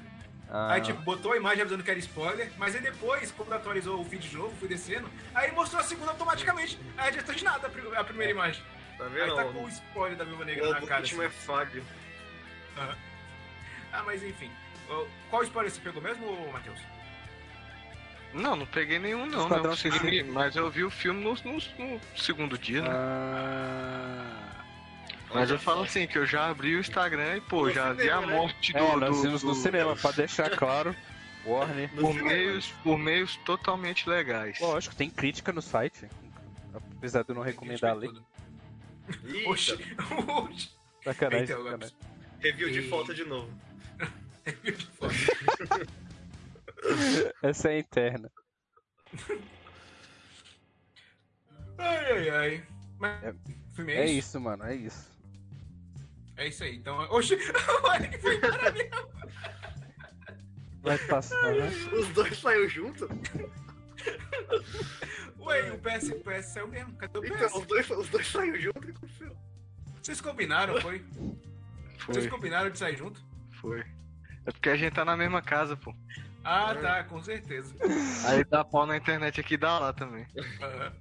S3: Ah,
S2: Aí, tipo, botou a imagem avisando que era spoiler, mas aí depois, quando atualizou o feed de novo, fui descendo, aí mostrou a segunda automaticamente. Aí já tá de nada a pri- a primeira
S3: É.
S2: imagem.
S4: Tá
S2: Aí
S4: vendo?
S2: tá com o spoiler da Viúva Negra na
S4: o
S2: cara.
S4: algoritmo é falho. é-
S2: assim. Ah, mas enfim. Ó, Qual spoiler você pegou mesmo, ô, Matheus?
S5: Não, não peguei nenhum não,
S3: Esquadrão
S5: não consegui,
S3: Suicida.
S5: mas eu vi o filme no, no- no segundo dia, né?
S3: Ah.
S5: Mas eu falo assim, que eu já abri o Instagram e, pô,
S4: No
S5: já vi a
S4: cinema, né?
S5: morte do.
S3: É, nós
S5: do-
S3: vimos no
S5: do-
S3: cinema, pra deixar claro. Warner.
S4: No é
S5: Por
S4: cinema.
S5: meios, por meios totalmente legais.
S3: Lógico, tem crítica no site. Apesar de eu não recomendar ler.
S2: Tudo.
S4: Eita,
S2: Oxi, (laughs) oxi.
S3: Sacanagem,
S2: Então,
S3: sacanagem.
S2: (laughs)
S4: review de
S2: E-
S4: foto de novo.
S3: Essa é a interna.
S2: Ai, ai, ai. Mas,
S3: É-
S2: filme
S3: É isso, mano, é isso.
S2: É isso aí. Então, oxi, (laughs) olha que foi para mim.
S3: Vai passar, né?
S4: Os dois saiu junto?
S2: Ué, o PS, o PS saiu mesmo. Cadê o
S4: Então, os
S2: PS?
S4: dois, os dois saiu junto? O que aconteceu?
S2: Vocês combinaram, foi? Vocês
S5: Foi,
S2: combinaram de sair junto?
S5: foi. É porque a gente tá na mesma casa, pô.
S2: Ah,
S4: É.
S2: tá, com certeza.
S5: Aí dá pau na internet aqui dá lá também.
S2: Aham.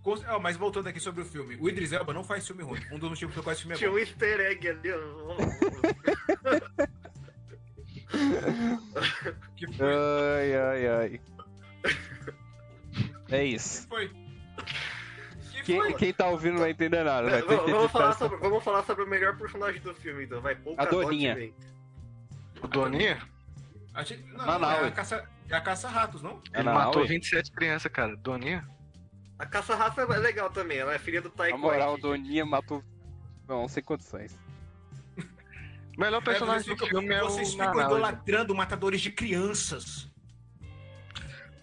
S2: Com- ó, mas voltando aqui sobre o filme, o Idris Elba não faz filme ruim. Um dos motivos pelo qual esse filme é
S4: Tinha
S2: bom.
S4: um easter egg ali, ó. um
S2: Que
S3: É.
S2: foi?
S3: Ai, ai, ai. É isso.
S2: Foi. Que
S3: Quem,
S2: foi?
S3: quem tá ouvindo não vai entender nada. né? Vai ter
S4: vamos,
S3: que
S4: vamos
S3: editar
S4: falar
S3: essa...
S4: sobre, vamos falar sobre o melhor personagem do filme, então. Vai, Polka Dot
S3: Doninha.
S4: vem.
S5: O Doninha,
S2: A gente- não,
S3: Não, não,
S2: é a
S3: ué.
S2: caça, é a caça ratos, não?
S5: ele
S3: Não,
S5: matou
S3: ué.
S5: 27 crianças, cara. Doninha?
S4: A caça-raça é legal também, ela é filha do Taiko.
S3: A moral,
S4: Waititi.
S3: Doninha matou. Não, sem condições.
S5: O melhor personagem
S2: vocês
S5: do
S2: ficam,
S5: filme é o
S2: vocês ficam
S5: Nanau, né?
S2: idolatrando matadores de crianças.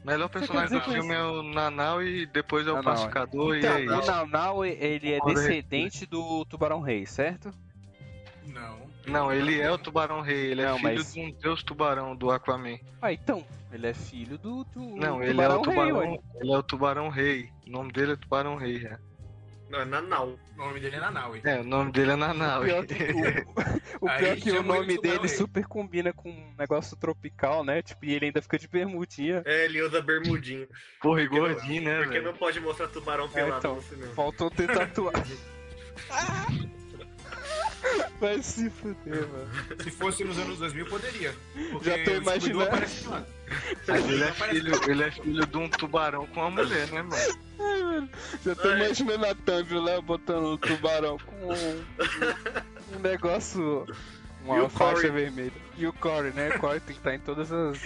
S5: O melhor personagem do
S3: dizer com
S5: filme é o Nanau e depois é o
S3: Nanau, é.
S5: pacificador e
S3: Então,
S5: é
S3: o
S5: isso.
S3: Naunau, ele é
S5: Concordo.
S3: descendente do Tubarão Rei, certo?
S2: Não.
S5: Não, ele é o Tubarão Rei, ele é
S3: Não,
S5: filho
S3: mas-
S5: de um deus tubarão do Aquaman.
S3: Ah, então. Ele é filho do. do
S5: Não,
S3: do
S5: ele é o
S3: Rei,
S5: Tubarão.
S3: ué.
S5: ele é o Tubarão Rei. O nome dele é Tubarão Rei, né?
S4: Não, é Nanau.
S2: O nome dele é Nanaue.
S5: É, o nome dele é Nanau.
S3: Pior que
S5: (laughs)
S3: o, o
S2: Aí
S3: pior é que o
S2: chamou ele
S3: nome
S2: de Tubarão Rei.
S3: dele super combina com um negócio tropical, né? Tipo, e ele ainda fica de bermudinha.
S4: É, ele usa bermudinho.
S5: Porra, e gordinho, né,
S4: Porque
S5: velho?
S4: não pode mostrar tubarão pelado
S3: então.
S4: no cinema.
S3: Faltou
S5: (laughs)
S3: ter tatuagem. (laughs) Vai se fuder, mano.
S2: Se fosse nos anos 2000,
S5: (laughs)
S2: poderia. Porque
S3: Já tô
S2: o Scooby-Doo
S3: imaginando.
S2: aparece lá.
S5: Mas ele é,
S2: Parece-
S5: filho, ele é filho de um tubarão com uma mulher, né, mano?
S3: Ai, mano. (laughs) Já tô
S4: Ai.
S3: imaginando a thumb lá botando o tubarão com um, um negócio.
S4: E
S3: Uma
S4: o
S3: faixa
S4: Corey?
S3: vermelha. E o Corey, né? O Corey tem que estar em todas
S4: (laughs)
S3: as.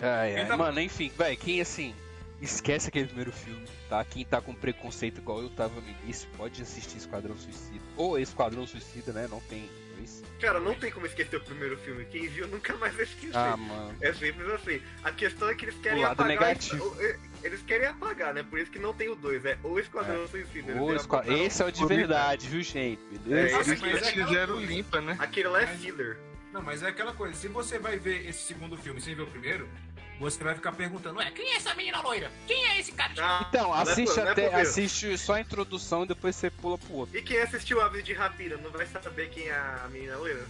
S3: Ai, ai.
S2: Então-
S3: Mano, enfim, velho, quem assim, esquece aquele primeiro filme, tá? Quem tá com preconceito igual eu tava no início, pode assistir Esquadrão Suicida. Ou Esquadrão Suicida, né? Não tem dois.
S4: Cara, não tem como esquecer o primeiro filme. Quem viu nunca mais vai esquecer.
S3: Ah, mano.
S4: É simples assim. A questão é que eles querem
S3: O lado
S4: apagar.
S3: negativo.
S4: o- e- Eles querem apagar, né? Por isso que não tem o 2. É ou Esquadrão Suicida. eles
S3: Ou
S4: querem
S3: Esqua-
S4: apagar o-
S3: Esse é o de verdade, viu, gente?
S4: É,
S3: Beleza?
S4: esse-
S5: Eles
S2: mas é aquela
S5: fizeram
S2: coisa.
S5: limpa, né?
S4: Aquele lá é
S2: Mas-
S4: filler.
S2: Não, mas é aquela coisa. Se você vai ver esse segundo filme sem ver o primeiro, você vai ficar perguntando, ué, quem é essa menina loira? Quem é esse cara?
S4: Ah,
S3: Então,
S4: não é
S3: assiste
S4: pro- não é
S3: até.
S4: pro primeiro.
S3: assiste só a introdução e depois você pula pro outro.
S4: E quem assistiu Aves de Rapina não vai saber quem é a menina loira?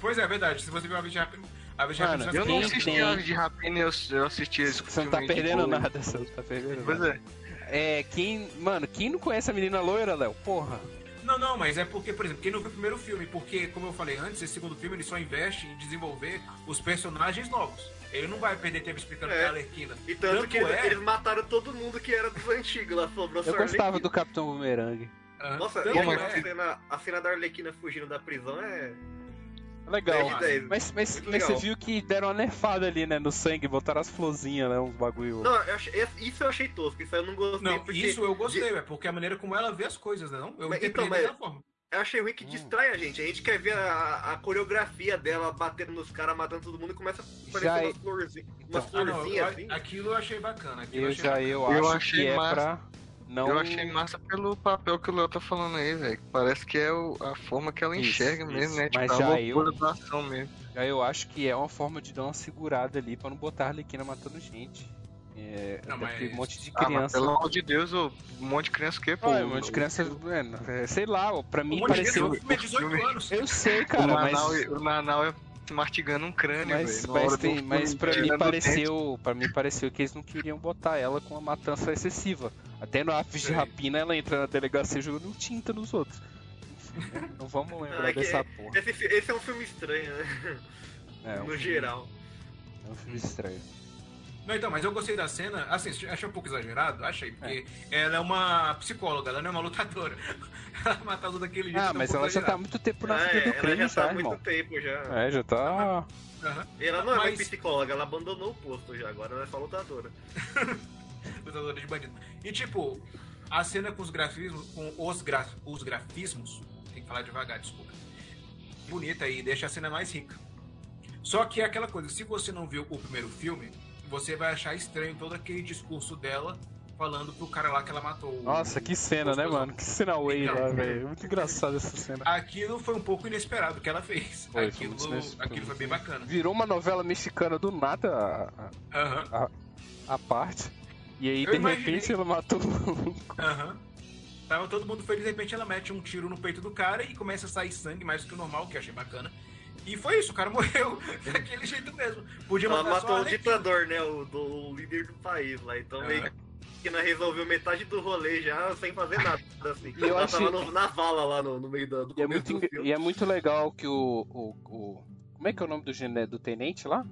S2: Pois é, é verdade. Se você viu a Aves de Rapina... a Aves de
S3: Mano,
S2: Rapina-
S5: Eu não
S3: Quem
S5: assisti
S3: tem?
S5: Aves de Rapina, eu, eu assisti esse
S3: Você não tá
S5: filme de
S3: perdendo
S5: boi.
S3: nada, você não tá perdendo
S5: Pois
S3: nada.
S5: é.
S3: É, quem. Mano, quem não conhece a menina loira, Léo? Porra.
S2: Não, não, mas é porque, por exemplo, quem não viu o primeiro filme, porque, como eu falei antes, esse segundo filme ele só investe em desenvolver os personagens novos. Ele não vai perder tempo explicando
S4: É.
S2: pra Arlequina.
S4: E tanto,
S2: Tanto
S4: que
S2: é-
S4: eles mataram todo mundo que era dos antigos lá, sobrou
S3: Eu
S4: só a
S3: gostava
S4: Arlequina.
S3: do Capitão Boomerang.
S2: Ah,
S4: Nossa,
S2: tanto
S4: e
S5: Como
S4: a,
S2: é-
S4: cena, a cena da Arlequina fugindo da prisão é
S3: Legal.
S4: 10 de 10.
S3: Mas, mas,
S4: Muito
S3: mas você
S4: legal.
S3: viu que deram uma nerfada ali, né? No sangue, botaram as florzinhas, né? Uns bagulho.
S4: Não, eu achei- esse- isso eu achei tosco, isso eu não gostei.
S2: Não,
S4: né? porque
S2: isso eu gostei, é porque a maneira como ela vê as coisas, né? Não? Eu
S4: Mas,
S2: interpretei
S4: então, mas-
S2: dessa forma.
S4: Eu achei ruim que
S3: Hum.
S4: distrai a gente. A gente quer ver a, a coreografia dela batendo nos caras, matando todo mundo e começa a
S3: Já
S4: aparecer
S3: é-
S4: umas florzinhas,
S3: Então.
S4: umas
S2: Ah, não, eu-
S4: florzinhas assim.
S2: Aquilo eu achei bacana. Aquilo
S3: eu
S2: achei
S3: já
S2: bacana.
S3: eu acho
S5: Eu
S3: que
S5: achei
S3: é
S5: massa.
S3: pra não.
S5: Eu achei massa pelo papel que o Léo tá falando aí, velho. Parece que é o- a forma que ela
S3: Isso,
S5: enxerga
S3: isso.
S5: mesmo, né? Tipo,
S3: Mas
S5: a
S3: já
S5: loucura
S3: eu-
S5: da ação mesmo.
S3: Já eu acho que é uma forma de dar uma segurada ali pra não botar a Arlequina matando gente. É,
S2: Não,
S3: até porque
S2: mas-
S3: um monte de
S5: Ah, mas
S3: criança.
S5: pelo amor de Deus, ô, um monte de criança o quê, pô?
S3: Ah, um monte de criança. mano, é, sei lá, ó, pra mim
S2: Um monte de criança,
S3: pareceu.
S2: o filme é 18 anos.
S3: Eu sei,
S5: O
S3: cara, mas.
S5: Nanau, o Nanau é martigando um crânio,
S3: Mas,
S5: velho. na
S3: mas,
S5: hora
S3: tem,
S5: do
S3: mas
S5: filme,
S3: pra mim
S5: tirando dente.
S3: pareceu. para mim pareceu que eles não queriam botar ela com uma matança excessiva. Até no ápice de
S2: Sei.
S3: rapina ela entra na delegacia jogando tinta nos outros. Enfim, né,
S4: (laughs)
S3: Não vamos lembrar
S4: Ah, que-
S3: dessa porra.
S4: Esse, fi- esse é um filme estranho, né?
S3: É,
S4: no
S3: um-
S4: geral.
S3: é um filme estranho.
S2: Não, então, mas eu gostei da cena. Assim, achei um pouco exagerado, achei, porque ela é uma psicóloga, ela não é uma lutadora. (laughs) Ela matar tudo daquele jeito.
S3: Ah,
S2: é um
S3: mas
S2: pouco
S3: ela já tá há
S2: exagerado.
S3: muito tempo na
S4: Ah,
S3: vida
S4: é,
S3: do
S4: ela
S3: crime,
S4: já tá
S3: já,
S4: há muito
S3: irmão.
S4: tempo já.
S3: É, já tá.
S2: Aham.
S4: Ela não é mais
S2: Mas-
S4: psicóloga, ela abandonou o posto já, agora ela é só lutadora.
S2: lutadora de bandido. E tipo, a cena com os grafismos, com os, graf, os grafismos, tem que falar devagar, desculpa. Bonita e deixa a cena mais rica. Só que é aquela coisa, se você não viu o primeiro filme, você vai achar estranho todo aquele discurso dela falando pro cara lá que ela matou.
S4: Então,
S3: Nossa, que cena, né, mano? Que cena way
S2: Então.
S3: lá, velho. Muito engraçado essa cena.
S2: Aquilo foi um pouco inesperado que ela fez.
S3: Foi, foi
S2: aquilo,
S3: muito inesperado.
S2: aquilo foi bem bacana.
S3: Virou uma novela mexicana do nada a,
S2: Aham,
S3: a- a parte. E aí,
S2: Eu
S3: de
S2: imaginei.
S3: repente, ela matou.
S2: aham. Tava todo mundo feliz, de repente ela mete um tiro no peito do cara e começa a sair sangue mais do que o normal, que eu achei bacana. E foi isso, o cara (laughs) morreu daquele jeito mesmo. Podia
S4: Ela
S2: matar só
S4: matou
S2: a
S4: o
S2: Arlequina.
S4: ditador, né? O, do, o líder do país lá. Então
S3: É.
S4: meio
S2: Ah.
S4: que ela resolveu metade do rolê já sem fazer nada. Assim.
S3: E eu
S4: ela
S3: achei-
S4: tava no- na vala lá no, no meio da- do
S3: E é,
S4: começo
S3: muito,
S4: do
S3: engra-
S4: filme.
S3: e é muito legal que o, o, o- Como é que é o nome do, gene- do tenente lá?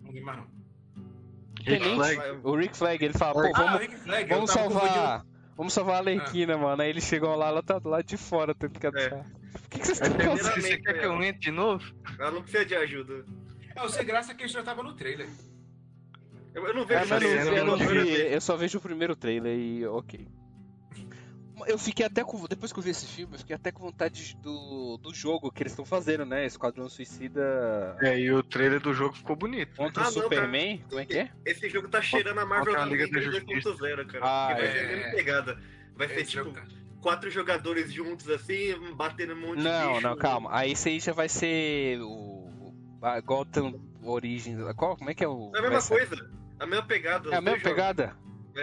S2: Não lembro mais não.
S5: Rick
S3: Tenente.
S5: Flag.
S3: O Rick Flag, ele fala, pô,
S2: Ah,
S3: vamos,
S2: Rick Flag, eu
S3: vamos
S2: tava confundindo.
S3: salvar. Vamos salvar a Alequina, mano. Aí eles chegam lá, ela tá do lado de fora, tendo que atirar. Por que, que vocês estão
S4: primeira
S3: fazendo?
S5: Você quer que eu entre de novo?
S4: Ela não precisa de ajuda.
S2: É, o sem graça é que isso já tava no trailer.
S4: Eu, eu não
S3: É,
S4: vejo
S3: mas eu,
S5: Essa
S3: não-
S5: cena
S3: eu não
S5: eu não
S3: vi,
S4: vi.
S3: eu só vejo o primeiro trailer e ok. Eu fiquei até com. Depois que eu vi esse filme, eu fiquei até com vontade do, do jogo que eles estão fazendo, né? Esquadrão Suicida
S5: É, e o trailer do jogo ficou bonito.
S3: contra
S4: Ah,
S3: o
S4: não,
S3: Superman. Como é que é?
S4: Esse jogo tá cheirando a Marvel
S5: Contra a Liga
S4: Unlimited
S5: da Justiça.
S4: 2.0, cara.
S3: Ah,
S4: Porque vai
S2: é.
S4: ser a mesma pegada. Vai ser
S2: Esse
S4: tipo
S2: jogo tá.
S4: quatro jogadores juntos assim, batendo um monte de
S3: Não,
S4: bicho.
S3: não, calma. Aí isso aí já vai ser o. o- a Gotham Origins. Qual, como é que é o.
S4: É a
S3: vai
S4: mesma
S3: ser?
S4: coisa. A mesma pegada.
S3: É a
S4: os
S3: mesma
S4: dois jogos. É.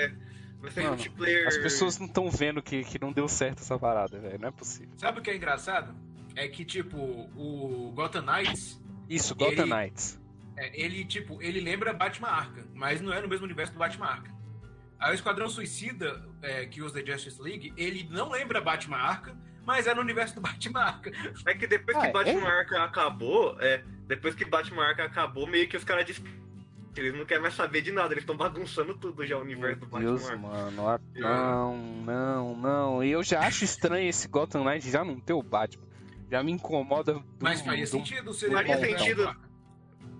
S3: pegada?
S4: Vai ser
S3: Mano,
S4: multiplayer.
S3: As pessoas não estão vendo que, que não deu certo essa parada, velho. Não é possível.
S2: Sabe o que é engraçado? É que, tipo, o Gotham Knights,
S3: Isso, Gotham
S2: Ele-
S3: Knights.
S2: é, ele, tipo, ele lembra Batman Arkham, mas não é no mesmo universo do Batman Arkham. Aí o Esquadrão Suicida, é, que usa The Justice League, ele não lembra Batman Arkham, mas é no universo do (laughs) Batman Arkham.
S4: É que depois
S3: Ah, é?
S4: que Batman Arkham acabou, é, depois que Batman Arkham acabou, meio que os caras dizem que eles não querem mais saber de nada, eles estão bagunçando tudo já o universo do
S3: Meu Deus,
S4: Batman Arkham.
S3: mano. ah, Não, não, não. E eu já acho estranho esse Gotham Knight já não ter o Batman. Já me incomoda. Do,
S2: Mas faria
S3: do-
S2: sentido ser
S4: Faria
S2: ele lembrar
S4: sentido.
S2: o Arkham.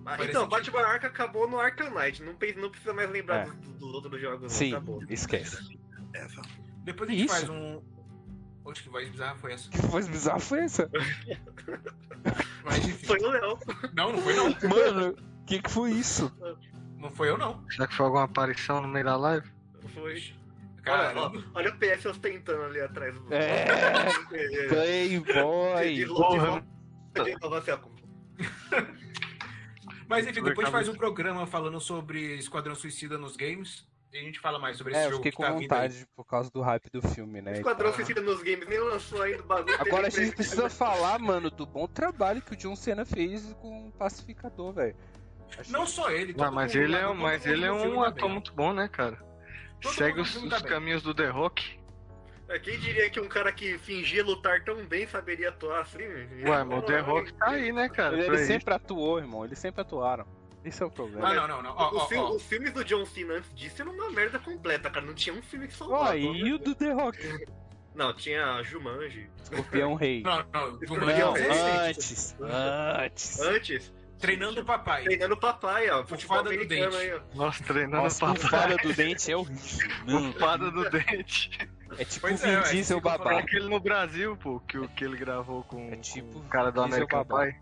S4: Ah,
S2: Parece
S4: então,
S2: que-
S4: Batman Arkham acabou no Arkham Knight, não, pe- não precisa mais
S3: É.
S4: lembrar dos dos outros jogos,
S3: Sim,
S4: não, acabou.
S3: esquece. (laughs)
S2: Depois a gente
S3: Isso.
S2: faz um. Oxe, que voz bizarra foi essa?
S3: Que coisa bizarra foi
S4: (laughs)
S3: essa?
S2: Mas enfim.
S4: Foi o Léo.
S2: Não, não foi não.
S3: Mano, o que, que foi isso?
S2: Não foi eu não.
S5: Será que foi alguma aparição no meio da live?
S4: Foi. Olha, ó,
S2: né? Caramba.
S4: olha o PS ostentando ali atrás do.
S3: É,
S4: de novo, de novo, de
S3: Playboy.
S5: porra.
S4: novo, assim, ó.
S2: Mas enfim, depois a gente faz um programa falando sobre Esquadrão Suicida nos games. E a gente fala mais sobre esse
S3: É, eu
S2: jogo
S3: fiquei
S2: que
S3: com
S2: tá vindo aí.
S3: vontade por causa do hype do filme, né?
S4: Esquadrão Suicida nos games nem lançou ainda o bagulho.
S3: Agora a
S4: teve
S3: gente precisa falar, mano, do bom trabalho que o John Cena fez com o Pacificador, velho. Acho-
S2: Não só ele,
S5: Ah,
S2: todo
S5: mas
S2: mundo
S5: ele
S3: tá
S2: lá,
S5: é, um-
S2: todo
S5: mas
S2: mundo
S5: ele é
S2: no filme
S5: um
S2: tá
S5: ator
S2: bem.
S5: muito bom, né, cara?
S2: Todo
S5: Segue
S2: mundo no
S5: os,
S2: filme tá
S5: os
S2: bem.
S5: caminhos do The Rock.
S4: É, Quem diria que um cara que fingia lutar tão bem saberia atuar assim?
S5: Ué, mas o The Rock tá aí, né, cara?
S3: Ele
S5: pra isso.
S3: sempre atuou, irmão. Eles sempre atuaram. Esse é o problema.
S2: Ah, não, não, não. Ó,
S4: Os,
S2: ó,
S4: fil-
S2: ó.
S4: os filmes do John Cena antes disso eram uma merda completa, cara. Não tinha um filme que
S3: Ó,
S4: salvava.
S3: e o do The Rock?
S4: Não, tinha Jumanji.
S3: Escorpião Rei.
S2: Não, não.
S4: Não,
S2: Jumanji é
S3: Não,
S2: um-
S3: antes. Antes.
S4: Antes,
S2: Treinando o papai.
S4: treinando o papai, ó. Futebol
S2: Fada do
S4: americano
S2: Dente.
S4: aí, ó.
S5: Nossa, treinando
S3: Nossa,
S5: a
S3: o
S5: papada.
S3: fada do dente é horrível. Não,
S5: Fada do dente.
S3: é tipo o
S2: Pois é,
S3: Vin
S2: ué,
S3: Diesel
S2: ficou
S5: É
S3: babá.
S5: aquele no Brasil, pô, que, o- que ele gravou com,
S3: É tipo
S5: com o cara do
S3: Diesel
S5: American
S3: Babá.
S5: Pie.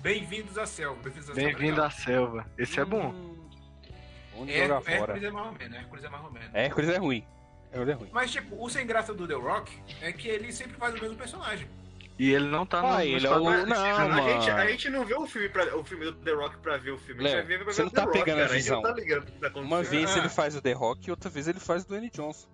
S2: Bem-vindos à selva. Bem-vindos à selva.
S5: Bem-vindo à
S2: legal.
S5: selva. Esse é bom.
S3: Hum, Vamos
S2: Her-
S3: jogar fora.
S2: Hércules é mais ou menos. Hércules é mais ou menos.
S3: Hércules é ruim. Hércules é ruim.
S2: Mas, tipo, o sem graça do The Rock é que ele sempre faz o mesmo personagem.
S5: E ele não tá
S3: Ah,
S5: no.
S3: ele é
S5: no-
S3: o- não,
S4: a, gente, é a
S3: mano.
S4: gente não vê o filme, pra- o filme do The Rock pra ver o filme.
S3: Léo,
S4: a gente vai ver pra ver
S3: você não
S4: o
S3: tá
S4: The
S3: pegando
S4: Rock,
S3: a
S4: cara. gente
S3: visão.
S4: não tá ligando o que tá acontecendo.
S3: Uma vez
S2: Ah.
S3: ele faz o The Rock e outra vez ele faz o Dwayne Johnson.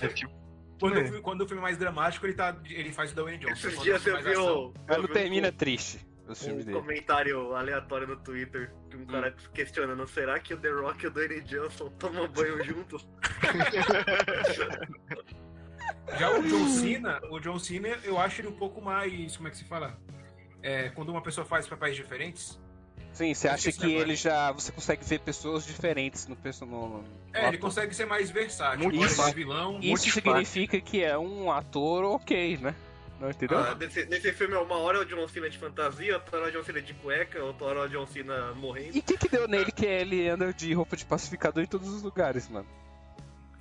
S5: É tipo,
S2: Quando,
S5: É.
S2: o, filme, quando o filme é mais dramático, ele, tá, ele faz o Dwayne Johnson.
S4: Esses
S2: Quando
S4: dias
S2: o filme
S4: eu
S2: é
S4: vi
S2: mais ação-
S4: o. eu
S3: Ele
S4: vi um-
S3: termina triste, os filmes
S4: Um
S3: dele. Hum.
S4: comentário aleatório no Twitter de um cara questionando: será que o The Rock e o Dwayne Johnson tomam banho juntos? (laughs)
S2: Já o John Cena, o John Cena, eu acho ele um pouco mais. Como é que se fala? É, quando uma pessoa faz papéis diferentes.
S3: Sim, você
S2: Eu
S3: acha
S2: esqueci
S3: que
S2: agora.
S3: ele já. Você consegue ver pessoas diferentes no personagem.
S2: É, ele consegue ser mais versátil.
S5: Muito
S2: Agora ele é
S5: fácil.
S2: vilão.
S3: Isso
S5: multifático.
S3: significa que é um ator ok, né? Não entendeu?
S4: Ah, nesse, nesse filme, uma hora é o John Cena de fantasia, outra hora é o John Cena de cueca, outra hora é o John Cena morrendo.
S3: E o que, que deu nele que ele anda de roupa de pacificador em todos os lugares, mano?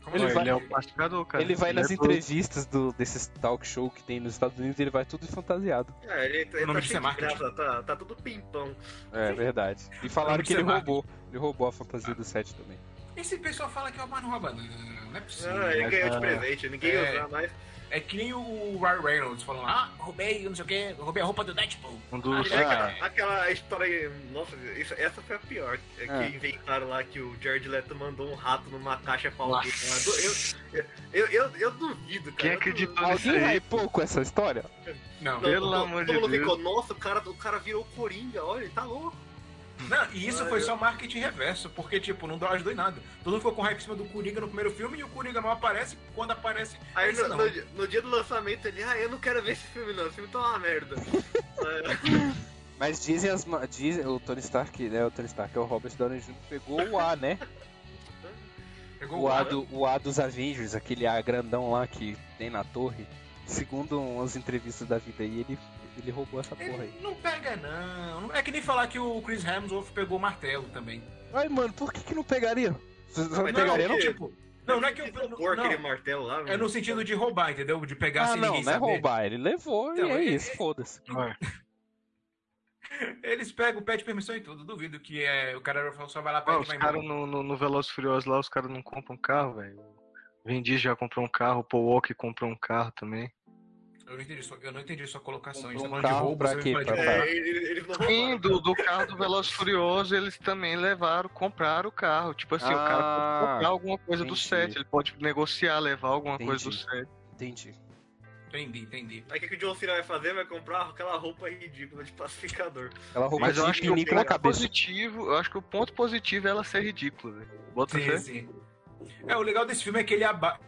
S2: Como
S3: Ele
S5: ele,
S2: é?
S3: vai-
S5: é o pacificador, cara.
S3: ele vai nas
S5: é todo-
S3: entrevistas do, desses talk show que tem nos Estados Unidos e ele vai tudo fantasiado.
S4: Ah, ele, ele
S2: nome
S4: tá
S2: disso
S4: cheio
S2: é
S4: de
S2: marketing.
S4: graça, tá, tá tudo pimpão.
S3: É verdade. E falaram
S2: Não
S3: que ele
S2: precisa
S3: roubou. Ele roubou a fantasia do set também.
S2: Esse pessoal fala que é uma nova banana. Não é possível.
S4: ah, ele
S5: mas,
S4: ganhou
S5: ah,
S4: de presente, ninguém
S2: é.
S4: ia usar mais.
S2: É que nem o Ryan Reynolds falando, ah, roubei, não sei o quê, roubei a roupa do Deadpool.
S5: Um dos.
S4: É,
S5: Ah,
S4: cara, aquela história. Nossa, isso- essa foi a pior. É que
S3: Ah.
S4: inventaram lá que o Jared Leto mandou um rato numa caixa pra alguém.
S5: Nossa.
S4: Eu, eu, eu, eu duvido, cara.
S5: Quem
S4: Eu du-
S5: acreditou nisso
S3: Alguém
S5: aí?
S3: hypou com essa história?
S2: Não.
S4: É.
S5: Pelo amor de
S4: todo mundo
S5: Deus.
S4: ficou, nossa, o cara, o cara virou coringa, olha, ele tá louco.
S2: Não, e isso foi só marketing reverso, porque, tipo, não deu- ajudou em nada. Todo mundo ficou com hype em cima do Coringa no primeiro filme e o Coringa não aparece. Quando aparece,
S4: Aí
S2: pensa,
S4: no, no dia- no dia do lançamento ele, ah, eu não quero ver esse filme não, esse filme tá uma merda. É,
S3: Mas dizem as. ma- Dizem, o Tony Stark, né? O Tony Stark é o Robert Downey Jr. pegou o A, né?
S2: Pegou
S3: O A,
S2: ar.
S3: do, o A dos Avengers, aquele A grandão lá que tem na torre. Segundo umas entrevistas da vida aí, ele, ele roubou essa porra aí.
S2: Ele não pega, não. É que nem falar que o Chris Hemsworth pegou o martelo também.
S3: Ai, mano, por que, que não pegaria? Vocês não
S4: Mas
S2: Não,
S3: pegariam?
S4: não,
S2: não,
S4: que-
S2: tipo. Não, não é que eu.
S4: Porra,
S2: Não,
S4: aquele martelo lá.
S2: é no sentido de roubar, entendeu? De pegar
S3: Ah,
S2: sem
S3: não,
S2: ninguém
S3: não é
S2: saber.
S3: roubar, ele levou
S2: Então,
S3: e é
S2: ele-
S3: isso, foda-se.
S2: Eles pegam, pedem permissão e tudo. Duvido que é, o cara só vai lá
S5: Ó,
S2: pega e
S5: os
S2: vai
S5: caras
S2: embora.
S5: no, no, no Velozes e Furiosos lá, os caras não compram carro, velho. Vin Diesel já comprou um carro, o Paul Walker comprou um carro também.
S2: Eu não entendi sua, eu não entendi sua colocação. A gente
S3: Comprou
S2: tá falando de roubo,
S3: um carro pra
S2: você me
S3: quê?
S2: invadiu.
S3: Pra-
S4: É, ele- eles não
S5: Sim,
S4: roubaram.
S5: do, do carro do Velozes e Furiosos, eles também levaram, compraram o carro. Tipo assim, o cara
S3: Ah,
S5: pode comprar alguma coisa do
S3: entendi.
S5: set, ele pode negociar, levar alguma coisa do
S3: Entendi.
S5: set.
S3: Entendi.
S2: Entendi, entendi.
S4: Aí o que, que o John Cena vai fazer? Vai comprar aquela roupa ridícula de pacificador.
S3: Ela roubou
S5: Mas eu
S3: de
S5: acho que o
S3: mico na
S5: ponto
S3: cabeça.
S5: positivo, eu acho que o ponto positivo é ela ser ridícula, velho. Bota
S2: Sim,
S5: fé?
S2: sim. É, o legal desse filme é que ele abaixa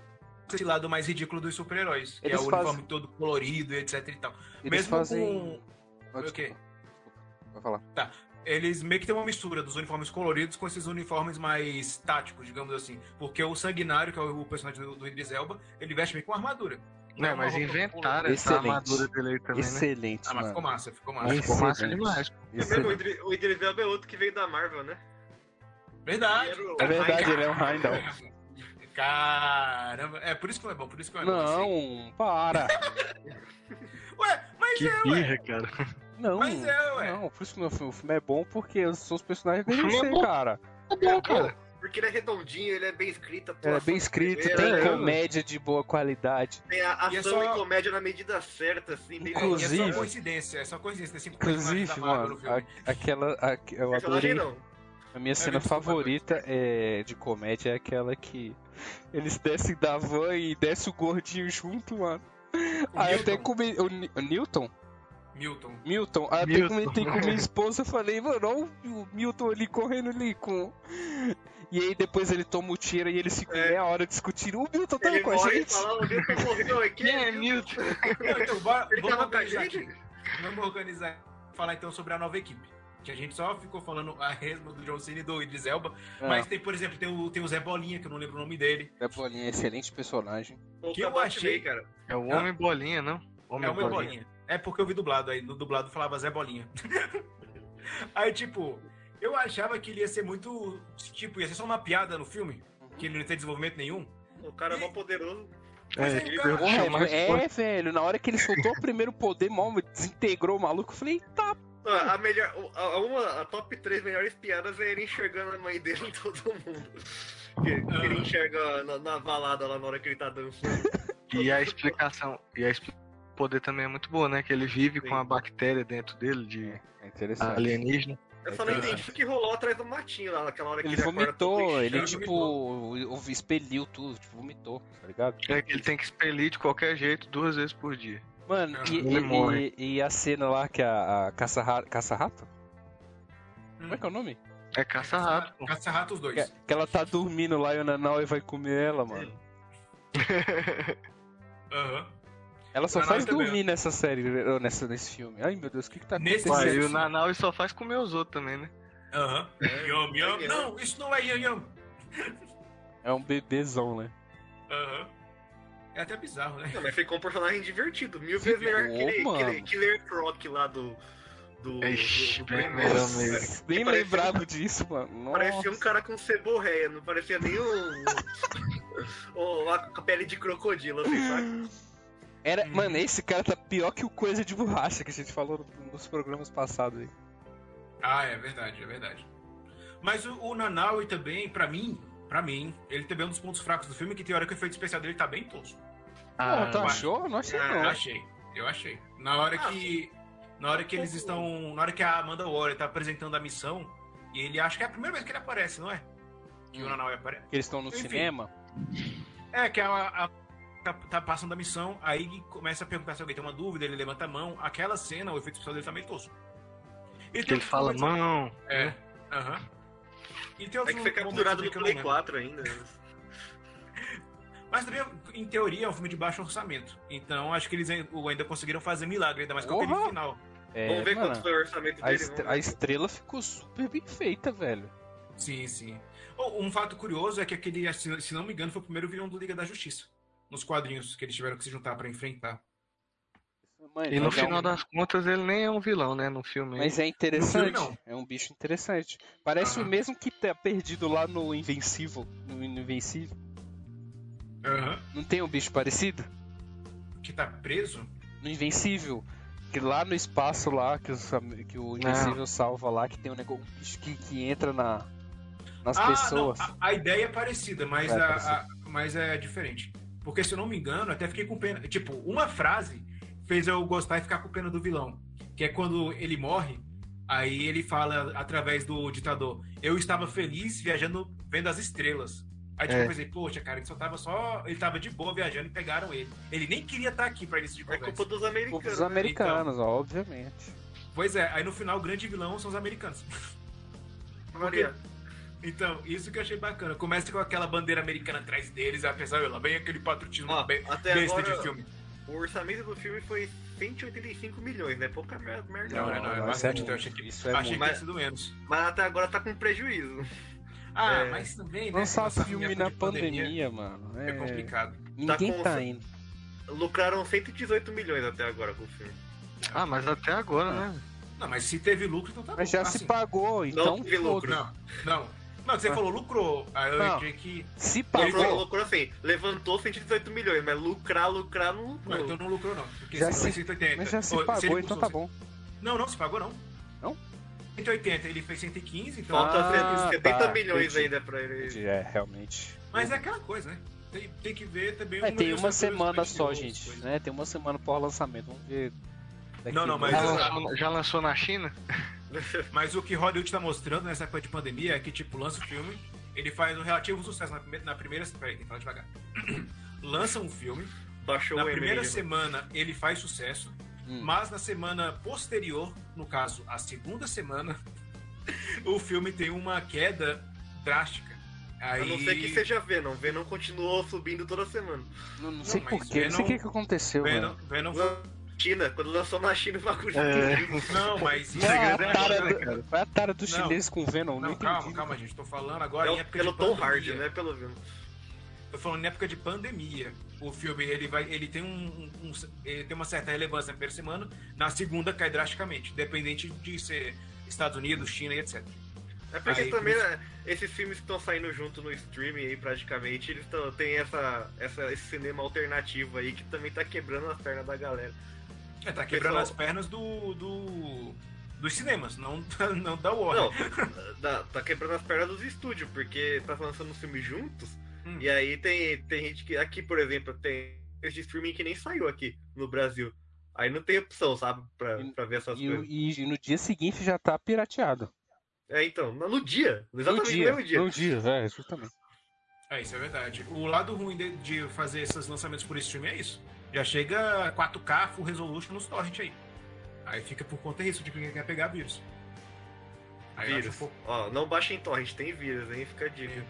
S2: esse lado mais ridículo dos super-heróis, que é
S3: Eles
S2: o
S3: fazem-
S2: uniforme todo colorido, etc e tal.
S3: Eles
S2: mesmo
S3: fazem.
S2: Foi o quê?
S3: desculpa. Vai falar.
S2: Eles meio que têm uma mistura dos uniformes coloridos com esses uniformes mais táticos, digamos assim. Porque o Sanguinário, que é o personagem do, do Idris Elba, ele veste meio com armadura.
S5: Não,
S2: é uma
S5: mas
S2: roupa
S5: inventaram
S2: colorida.
S5: essa
S3: Excelente.
S5: armadura dele aí também, né?
S3: Excelente,
S2: Ah, mas ficou
S3: mano.
S2: massa, ficou
S5: Ah,
S2: massa.
S5: Ficou massa
S3: Excelente.
S5: demais.
S4: É mesmo, o
S3: Excelente.
S4: Idri- o Idris Elba é outro que veio da Marvel, né?
S2: Verdade. né?
S4: Ele era o-
S3: É verdade, ele é um Heimdall.
S2: Caramba, é por isso que não é bom, por isso que não é bom.
S3: Não, para.
S2: assim. Ué, mas
S5: Que
S2: é, ué.
S5: birra, cara.
S3: Não.
S2: Mas é, ué.
S3: Não, por isso que meu filme, o filme é bom porque os seus personagens
S5: O filme é
S3: devem ser,
S5: bom.
S3: cara.
S5: Tá bom, cara.
S4: Porque ele é redondinho, ele é bem escrito,
S3: É
S4: atuação
S3: bem escrito,
S4: é,
S3: tem
S4: é,
S3: comédia de boa qualidade.
S4: Tem a
S2: E é
S4: ação e,
S2: só-
S4: comédia na medida certa, assim. Bem
S2: E é
S3: Inclusive-
S2: só coincidência, é só coincidência ter cinco personagens da
S3: Inclusive,
S2: Marvel
S3: mano,
S2: no filme.
S3: a- aquela. a- eu
S4: personagem
S3: adorei.
S4: não.
S3: A minha cena
S2: muito bom,
S3: favorita é, de comédia é aquela que eles descem da van e desce o gordinho junto, mano.
S2: O
S3: Aí Ah, eu
S2: Newton,
S3: até comi. O, Ni- o Newton?
S2: Milton.
S3: Milton? Aí eu até
S5: Milton.
S3: comentei com minha esposa, eu falei, mano, olha o Milton ali correndo ali com. E aí depois ele toma o tiro e eles ficam
S4: É.
S3: meia hora discutindo. O Milton tava
S4: Ele
S3: Tá com a
S4: morre e
S3: gente.
S4: fala, o Milton morreu aqui.
S5: Quem é Milton?
S2: Não, então, bora,
S4: Ele
S2: vamos
S4: tava com a
S2: organizar
S4: gente?
S2: aqui. Vamos organizar. Falar então sobre a nova equipe. Que a gente só ficou falando a resma do John Cena e do Idris Elba.
S4: É.
S2: Mas tem, por exemplo, tem o, tem o Zé Bolinha, que eu não lembro o nome dele.
S3: Ah, É Bolinha, excelente personagem.
S4: O
S2: Que eu
S4: Cabal Timei,
S2: achei-
S4: tá cara.
S5: É o Homem Bolinha, não?
S2: É o meu Bolinha. É porque eu vi dublado aí. No dublado falava Zé Bolinha. (laughs) aí, tipo, eu achava que ele ia ser muito. Tipo, ia ser só uma piada no filme. Que ele não tem desenvolvimento nenhum.
S4: O cara mó poderoso.
S5: É,
S2: Mas aí o cara-
S5: eu
S3: Porra,
S5: achei mais
S3: é,
S5: forte.
S3: velho, na hora que ele soltou o primeiro poder, mal desintegrou o maluco, eu falei, eita,
S4: Ah, A melhor. A, a uma, a top 3 melhores piadas é ele enxergando a mãe dele em todo mundo. Que, que
S2: Ah.
S4: ele enxerga na, na balada lá na hora que ele tá dançando.
S5: E a explicação. E a explicação do poder também é muito boa, né? Que ele vive
S4: Sim.
S5: com a bactéria dentro dele de
S3: É interessante.
S5: alienígena.
S4: Eu só não entendi o que rolou atrás do matinho lá naquela hora que
S3: É Ele
S4: ele,
S3: vomitou,
S4: acorda
S3: ele
S2: inchado,
S3: tipo, o- expeliu tudo, tipo, vomitou, tá ligado?
S5: É que ele tem que expelir de qualquer jeito duas vezes por dia.
S3: Mano,
S2: Ah,
S3: e,
S5: ele
S3: e-
S5: morre.
S3: e- e a cena lá que a, a caça-ra- caça-rato? Como é
S2: Hum.
S3: que é o nome?
S5: É caça-rato, pô.
S2: Caça-rato os
S3: Que,
S4: É.
S2: dois.
S3: que ela tá dormindo lá e o Nanau vai comer ela, mano.
S2: É. Aham.
S3: Ela só
S2: Nanau
S3: faz
S2: também.
S3: dormir nessa série, ou nessa, nesse filme. Ai, meu Deus, o que que tá
S2: Nesse
S3: acontecendo?
S5: Ué,
S2: filme.
S5: e o Nanau só faz comer os outros também, né?
S2: Aham. Yum, yum.
S4: É.
S2: Não, isso não é yum, yum.
S3: É um bebezão, né?
S2: Aham. É até bizarro, né?
S4: Não, mas ficou um personagem divertido. Mil vezes melhor que aquele,
S3: Ô,
S4: aquele
S3: mano.
S4: Killer Croc lá do. do,
S5: Ixi,
S4: do, do
S5: bem
S4: Black Ops,
S5: melhor mesmo.
S4: velho.
S3: Nem
S4: Parecia-
S3: lembrava disso, mano.
S4: Parecia um
S3: Nossa.
S4: cara com ceborreia, não parecia nem um. Ou a pele de crocodilo, assim, sabe?
S3: Era,
S2: Hum.
S3: Mano, esse cara tá pior que o Coisa de Borracha que a gente falou no- nos programas passados aí.
S2: Ah, é verdade, é verdade. Mas o, o Nanaui também, pra mim, pra mim, ele também é um dos pontos fracos do filme, que tem hora que o efeito especial dele tá bem tosco.
S5: Ah,
S3: Porra, tu
S2: mas-
S3: achou? Não achei
S5: É.
S4: Ah,
S2: Eu
S3: não.
S2: achei, eu achei. Na hora
S4: Ah,
S2: que. Na hora que eles estão. Na hora que a Amanda Waller tá apresentando a missão, e ele acha que é a primeira vez que ele aparece, não é? Que
S5: Hum.
S2: o Nanaui aparece.
S3: Que eles estão no
S2: Enfim.
S3: cinema?
S2: É, que a, a- tá, tá passando a missão, aí começa a perguntar se alguém tem uma dúvida, ele levanta a mão. Aquela cena, o efeito especial dele tá meio tosco. E
S5: Que
S2: tem
S5: ele
S2: outros
S5: fala, né?
S2: momentos-
S5: mão.
S2: É, aham. E tem
S4: É
S2: outros
S4: que foi
S2: momentos
S4: capturado
S2: ali
S4: no
S2: que eu não
S4: Play
S2: lembro.
S4: 4 ainda.
S2: Mas também, em teoria, é um filme de baixo orçamento. Então, acho que eles ainda- ainda conseguiram fazer milagre, ainda mais com aquele
S3: Porra!
S2: final.
S3: É,
S4: Vamos ver
S3: mano,
S4: quanto foi o orçamento
S3: a,
S2: né?
S4: dele.
S3: est-
S4: vamos ver.
S3: a estrela ficou super bem feita, velho.
S2: Sim, sim. Oh, um fato curioso é que aquele, se se não me engano, foi o primeiro vilão do Liga da Justiça. Nos quadrinhos que eles tiveram que se juntar pra enfrentar.
S3: Mano,
S5: E no
S3: mas é um-
S5: final das contas ele nem é um vilão, né? No filme.
S3: Mas é
S2: No filme,
S3: interessante.
S2: não. Ah.
S3: É um bicho interessante. Parece
S2: Aham.
S3: o mesmo que tá perdido lá no Invencível. No Invencível.
S2: Aham.
S3: Não tem um bicho parecido?
S2: Que tá preso?
S3: No Invencível. Que lá no espaço lá, que, os am- que o Invencível salva lá, que tem um negócio um bicho que, que entra na, nas
S2: Ah, não,
S3: pessoas.
S2: a, a ideia é parecida, mas,
S3: É,
S2: a-
S3: parecida.
S2: a- mas é diferente. Porque, se eu não me engano, até fiquei com pena. Tipo, uma frase fez eu gostar e ficar com pena do vilão. Que é quando ele morre, aí ele fala através do ditador: Eu estava feliz viajando, vendo as estrelas. Aí tipo,
S5: É.
S2: eu pensei, poxa, cara, ele só tava só. Ele tava de boa viajando e pegaram ele. Ele nem queria estar aqui pra início de
S4: É
S2: conversa.
S4: culpa dos
S3: Culpa
S4: americanos.
S2: então.
S3: dos americanos, ó, obviamente.
S2: Pois é, aí no final o grande vilão são os americanos.
S4: Maria.
S2: Então, isso que eu achei bacana. Começa com aquela bandeira americana atrás deles, apesar de lá bem aquele patriotismo
S4: Ó,
S2: bem,
S4: até
S2: besta
S4: Ah, é agora-
S2: de filme.
S4: O orçamento do filme foi 185 milhões, né? Pouca mer- merda.
S2: Não, não, não, é
S3: isso é
S2: bastante, então eu achei
S3: muito,
S2: que,
S3: isso é
S2: achei que
S4: muito.
S2: tinha sido menos.
S4: Mas até agora tá com prejuízo.
S2: Ah,
S4: É.
S2: mas também, né?
S3: Lançar
S2: nossa
S3: filme
S2: época
S3: na
S2: de
S3: pandemia, mano.
S2: é
S3: é-
S2: complicado.
S3: Ninguém
S4: com-
S3: tá, indo.
S4: Lucraram 118 milhões até agora com o filme.
S5: Ah, mas até agora, né?
S2: Não, mas se teve lucro, então tá
S3: Mas
S2: bom.
S3: já
S2: Assim,
S3: se pagou, então.
S4: teve lucro.
S2: Não, não. Não, você
S3: Ah.
S2: falou lucrou. Aí eu
S3: Não.
S2: achei que.
S3: Se
S4: Lucrou,
S3: pagou,
S4: lucrou assim, levantou 118 milhões, mas lucrar, lucrar não lucrou.
S2: Não, então não lucrou, não. Porque
S3: Já
S2: se,
S3: se-
S2: foi 180.
S3: mas já se
S2: Ou, ele
S3: pagou,
S2: custou
S3: então tá bom.
S2: Não, não se pagou, não.
S3: Não?
S2: 180, ele fez 115, então.
S4: Falta
S3: Ah,
S4: 70
S3: tá,
S4: milhões
S3: entendi.
S4: ainda pra ele.
S3: É, realmente.
S2: Mas é aquela coisa, né? Tem, tem que ver também. o
S3: É, tem
S2: número
S3: uma
S2: de fatores
S3: semana
S2: que
S3: só,
S2: as
S3: gente.
S2: coisas.
S3: Né? Tem uma semana pós lançamento. Vamos ver. daqui
S2: Não, não,
S3: a
S2: mas-
S5: Já
S3: pouco.
S5: lançou, já lançou na China?
S2: Mas o que Hollywood tá mostrando nessa época de pandemia é que, tipo, lança o filme, ele faz um relativo sucesso na primeira. Na primeira peraí, tem que falar devagar. (clears throat) lança um filme,
S4: Baixou
S2: na
S4: o e-mail.
S2: primeira semana ele faz sucesso,
S3: Hum.
S2: mas na semana posterior, no (laughs) caso, a segunda semana, o filme tem uma queda drástica. Aí...
S4: A não ser que seja Venom. Venom continuou subindo toda semana.
S3: Não, não sei
S2: mas
S3: porquê, não sei o que,
S2: Venom-
S3: que aconteceu,
S2: Venom,
S3: velho.
S4: (laughs)
S2: Venom foi...
S4: Na China, quando lançou na China o bagulho.
S2: Não, mas isso
S3: Não, a
S5: grande
S3: tara
S5: agora,
S3: do- Qual é a tara do chinês com Venom? Não,
S2: Não,
S3: entendi.
S2: calma, calma, gente. Tô falando agora em
S4: Pelo,
S2: época
S4: É pelo
S2: de
S4: Tom
S2: pandemia.
S4: Hardy, né? Pelo Venom.
S2: Tô falando em época de pandemia. O filme ele vai, ele tem um, um- ele tem uma certa relevância na primeira semana, na segunda cai drasticamente, dependente de ser Estados Unidos, China e etc.
S4: É porque
S2: Aí,
S4: também
S2: por
S4: né, esses filmes que estão saindo junto no streaming aí, praticamente, eles tão, têm essa, essa, esse cinema alternativo aí que também tá quebrando as pernas da galera.
S2: É, tá quebrando
S4: Pessoal-
S2: as pernas do, do dos cinemas, não (laughs) não da
S4: Não,
S2: Warner.
S4: (laughs) tá, tá quebrando as pernas dos estúdios, porque tá lançando os filmes juntos,
S2: Hum.
S4: e aí tem, tem gente que. Aqui, por exemplo, tem filmes de streaming que nem saiu aqui no Brasil. Aí não tem opção, sabe, pra,
S3: E-
S4: pra ver essas
S3: E, o-
S4: coisas.
S3: e- e no dia seguinte já tá pirateado.
S4: É, então, no no dia,
S3: No
S4: exatamente no,
S3: dia,
S4: mesmo dia.
S3: no dia, é, justamente.
S2: É, isso é verdade. O lado ruim de, de fazer esses lançamentos por streaming é isso. Já chega 4K Full Resolution nos torrent aí. Aí fica por conta disso, de quem quer pegar vírus. Aí eu acho um
S4: Vírus.
S2: pouco-
S4: Ó, não baixa em torrent, tem vírus, hein? Fica a dica.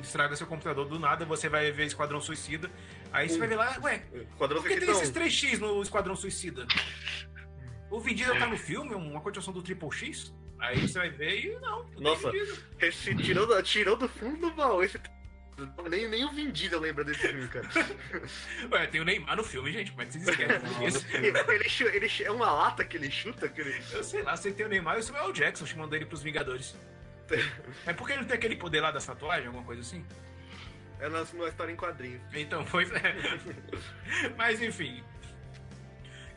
S2: estraga seu computador do nada, você vai ver Esquadrão Suicida. Aí você vai ver lá, ué,
S4: Quadrão
S2: É. por que tem
S4: Suicida
S2: esses
S4: um.
S2: 3x no Esquadrão Suicida? O Vin Diesel tá no filme, uma continuação do Triple X? Aí você vai ver e não. não tem
S4: Nossa.
S2: Vin Diesel.
S4: Esse tirou, do, tirou do fundo do baú esse. (laughs) Nem, nem o Vin Diesel lembra desse filme,
S2: (laughs)
S4: cara.
S2: Ué, tem o Neymar no filme, gente, mas vocês esquecem disso.
S4: ele, chu- ele chu- é uma lata que ele chuta, que ele-
S2: Eu sei lá, se tem o Neymar, eu sou o Samuel Jackson chamando ele pros Vingadores. Mas por que ele não tem aquele poder lá da tatuagem, alguma coisa assim?
S4: É na numa história em quadrinhos.
S2: Então, pois é. Mas enfim.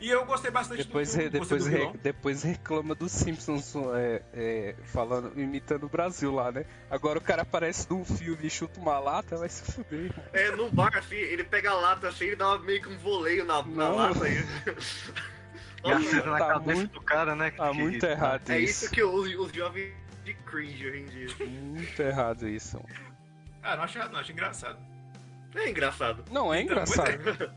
S2: E eu gostei bastante
S3: Depois,
S2: do filme.
S3: re- depois,
S2: gostei do
S3: re-
S2: vilão.
S3: depois reclama dos Simpsons é, é, falando, imitando o Brasil lá, né? Agora o cara aparece num filme e chuta uma lata, vai se fuder.
S4: É, num bar assim, ele pega a lata assim, ele dá uma- meio que um voleio na, na
S3: Não.
S4: lata
S2: (laughs)
S4: aí.
S5: E acesa na
S3: Tá
S5: cabeça
S3: muito-
S5: do cara, né?
S3: Tá muito errado
S4: É
S3: isso.
S4: isso que os, os jovens de cringe hoje em dia.
S3: Muito errado isso.
S2: Ah, não acho errado, não, acho engraçado.
S4: É engraçado.
S3: Não, é
S2: Então, (laughs)
S3: engraçado.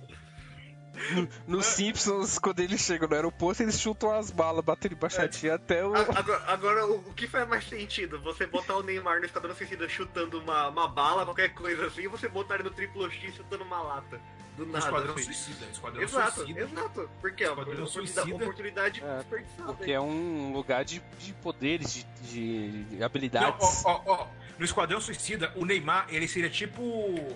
S3: No, nos Simpsons, quando eles chegam no aeroporto, eles chutam as balas, batem
S2: É.
S3: baixadinha até
S2: Ah.
S3: o.
S4: A- Agora, agora, o o que faz mais sentido? Você botar o Neymar no Esquadrão Suicida chutando uma, uma bala, qualquer coisa assim, ou você botar ele no Triplo X chutando uma lata? Do nada.
S2: Esquadrão
S4: assim.
S2: Suicida. Esquadrão
S4: Exato,
S2: Suicida.
S4: exato. Porque é uma
S2: Esquadrão
S4: oportunidade,
S2: Suicida.
S4: oportunidade
S3: É,
S4: desperdiçada.
S3: Porque é um lugar de, de poderes, de, de- de
S2: Não, ó,
S3: habilidades.
S2: ó, ó. No Esquadrão Suicida, o Neymar, ele seria tipo o,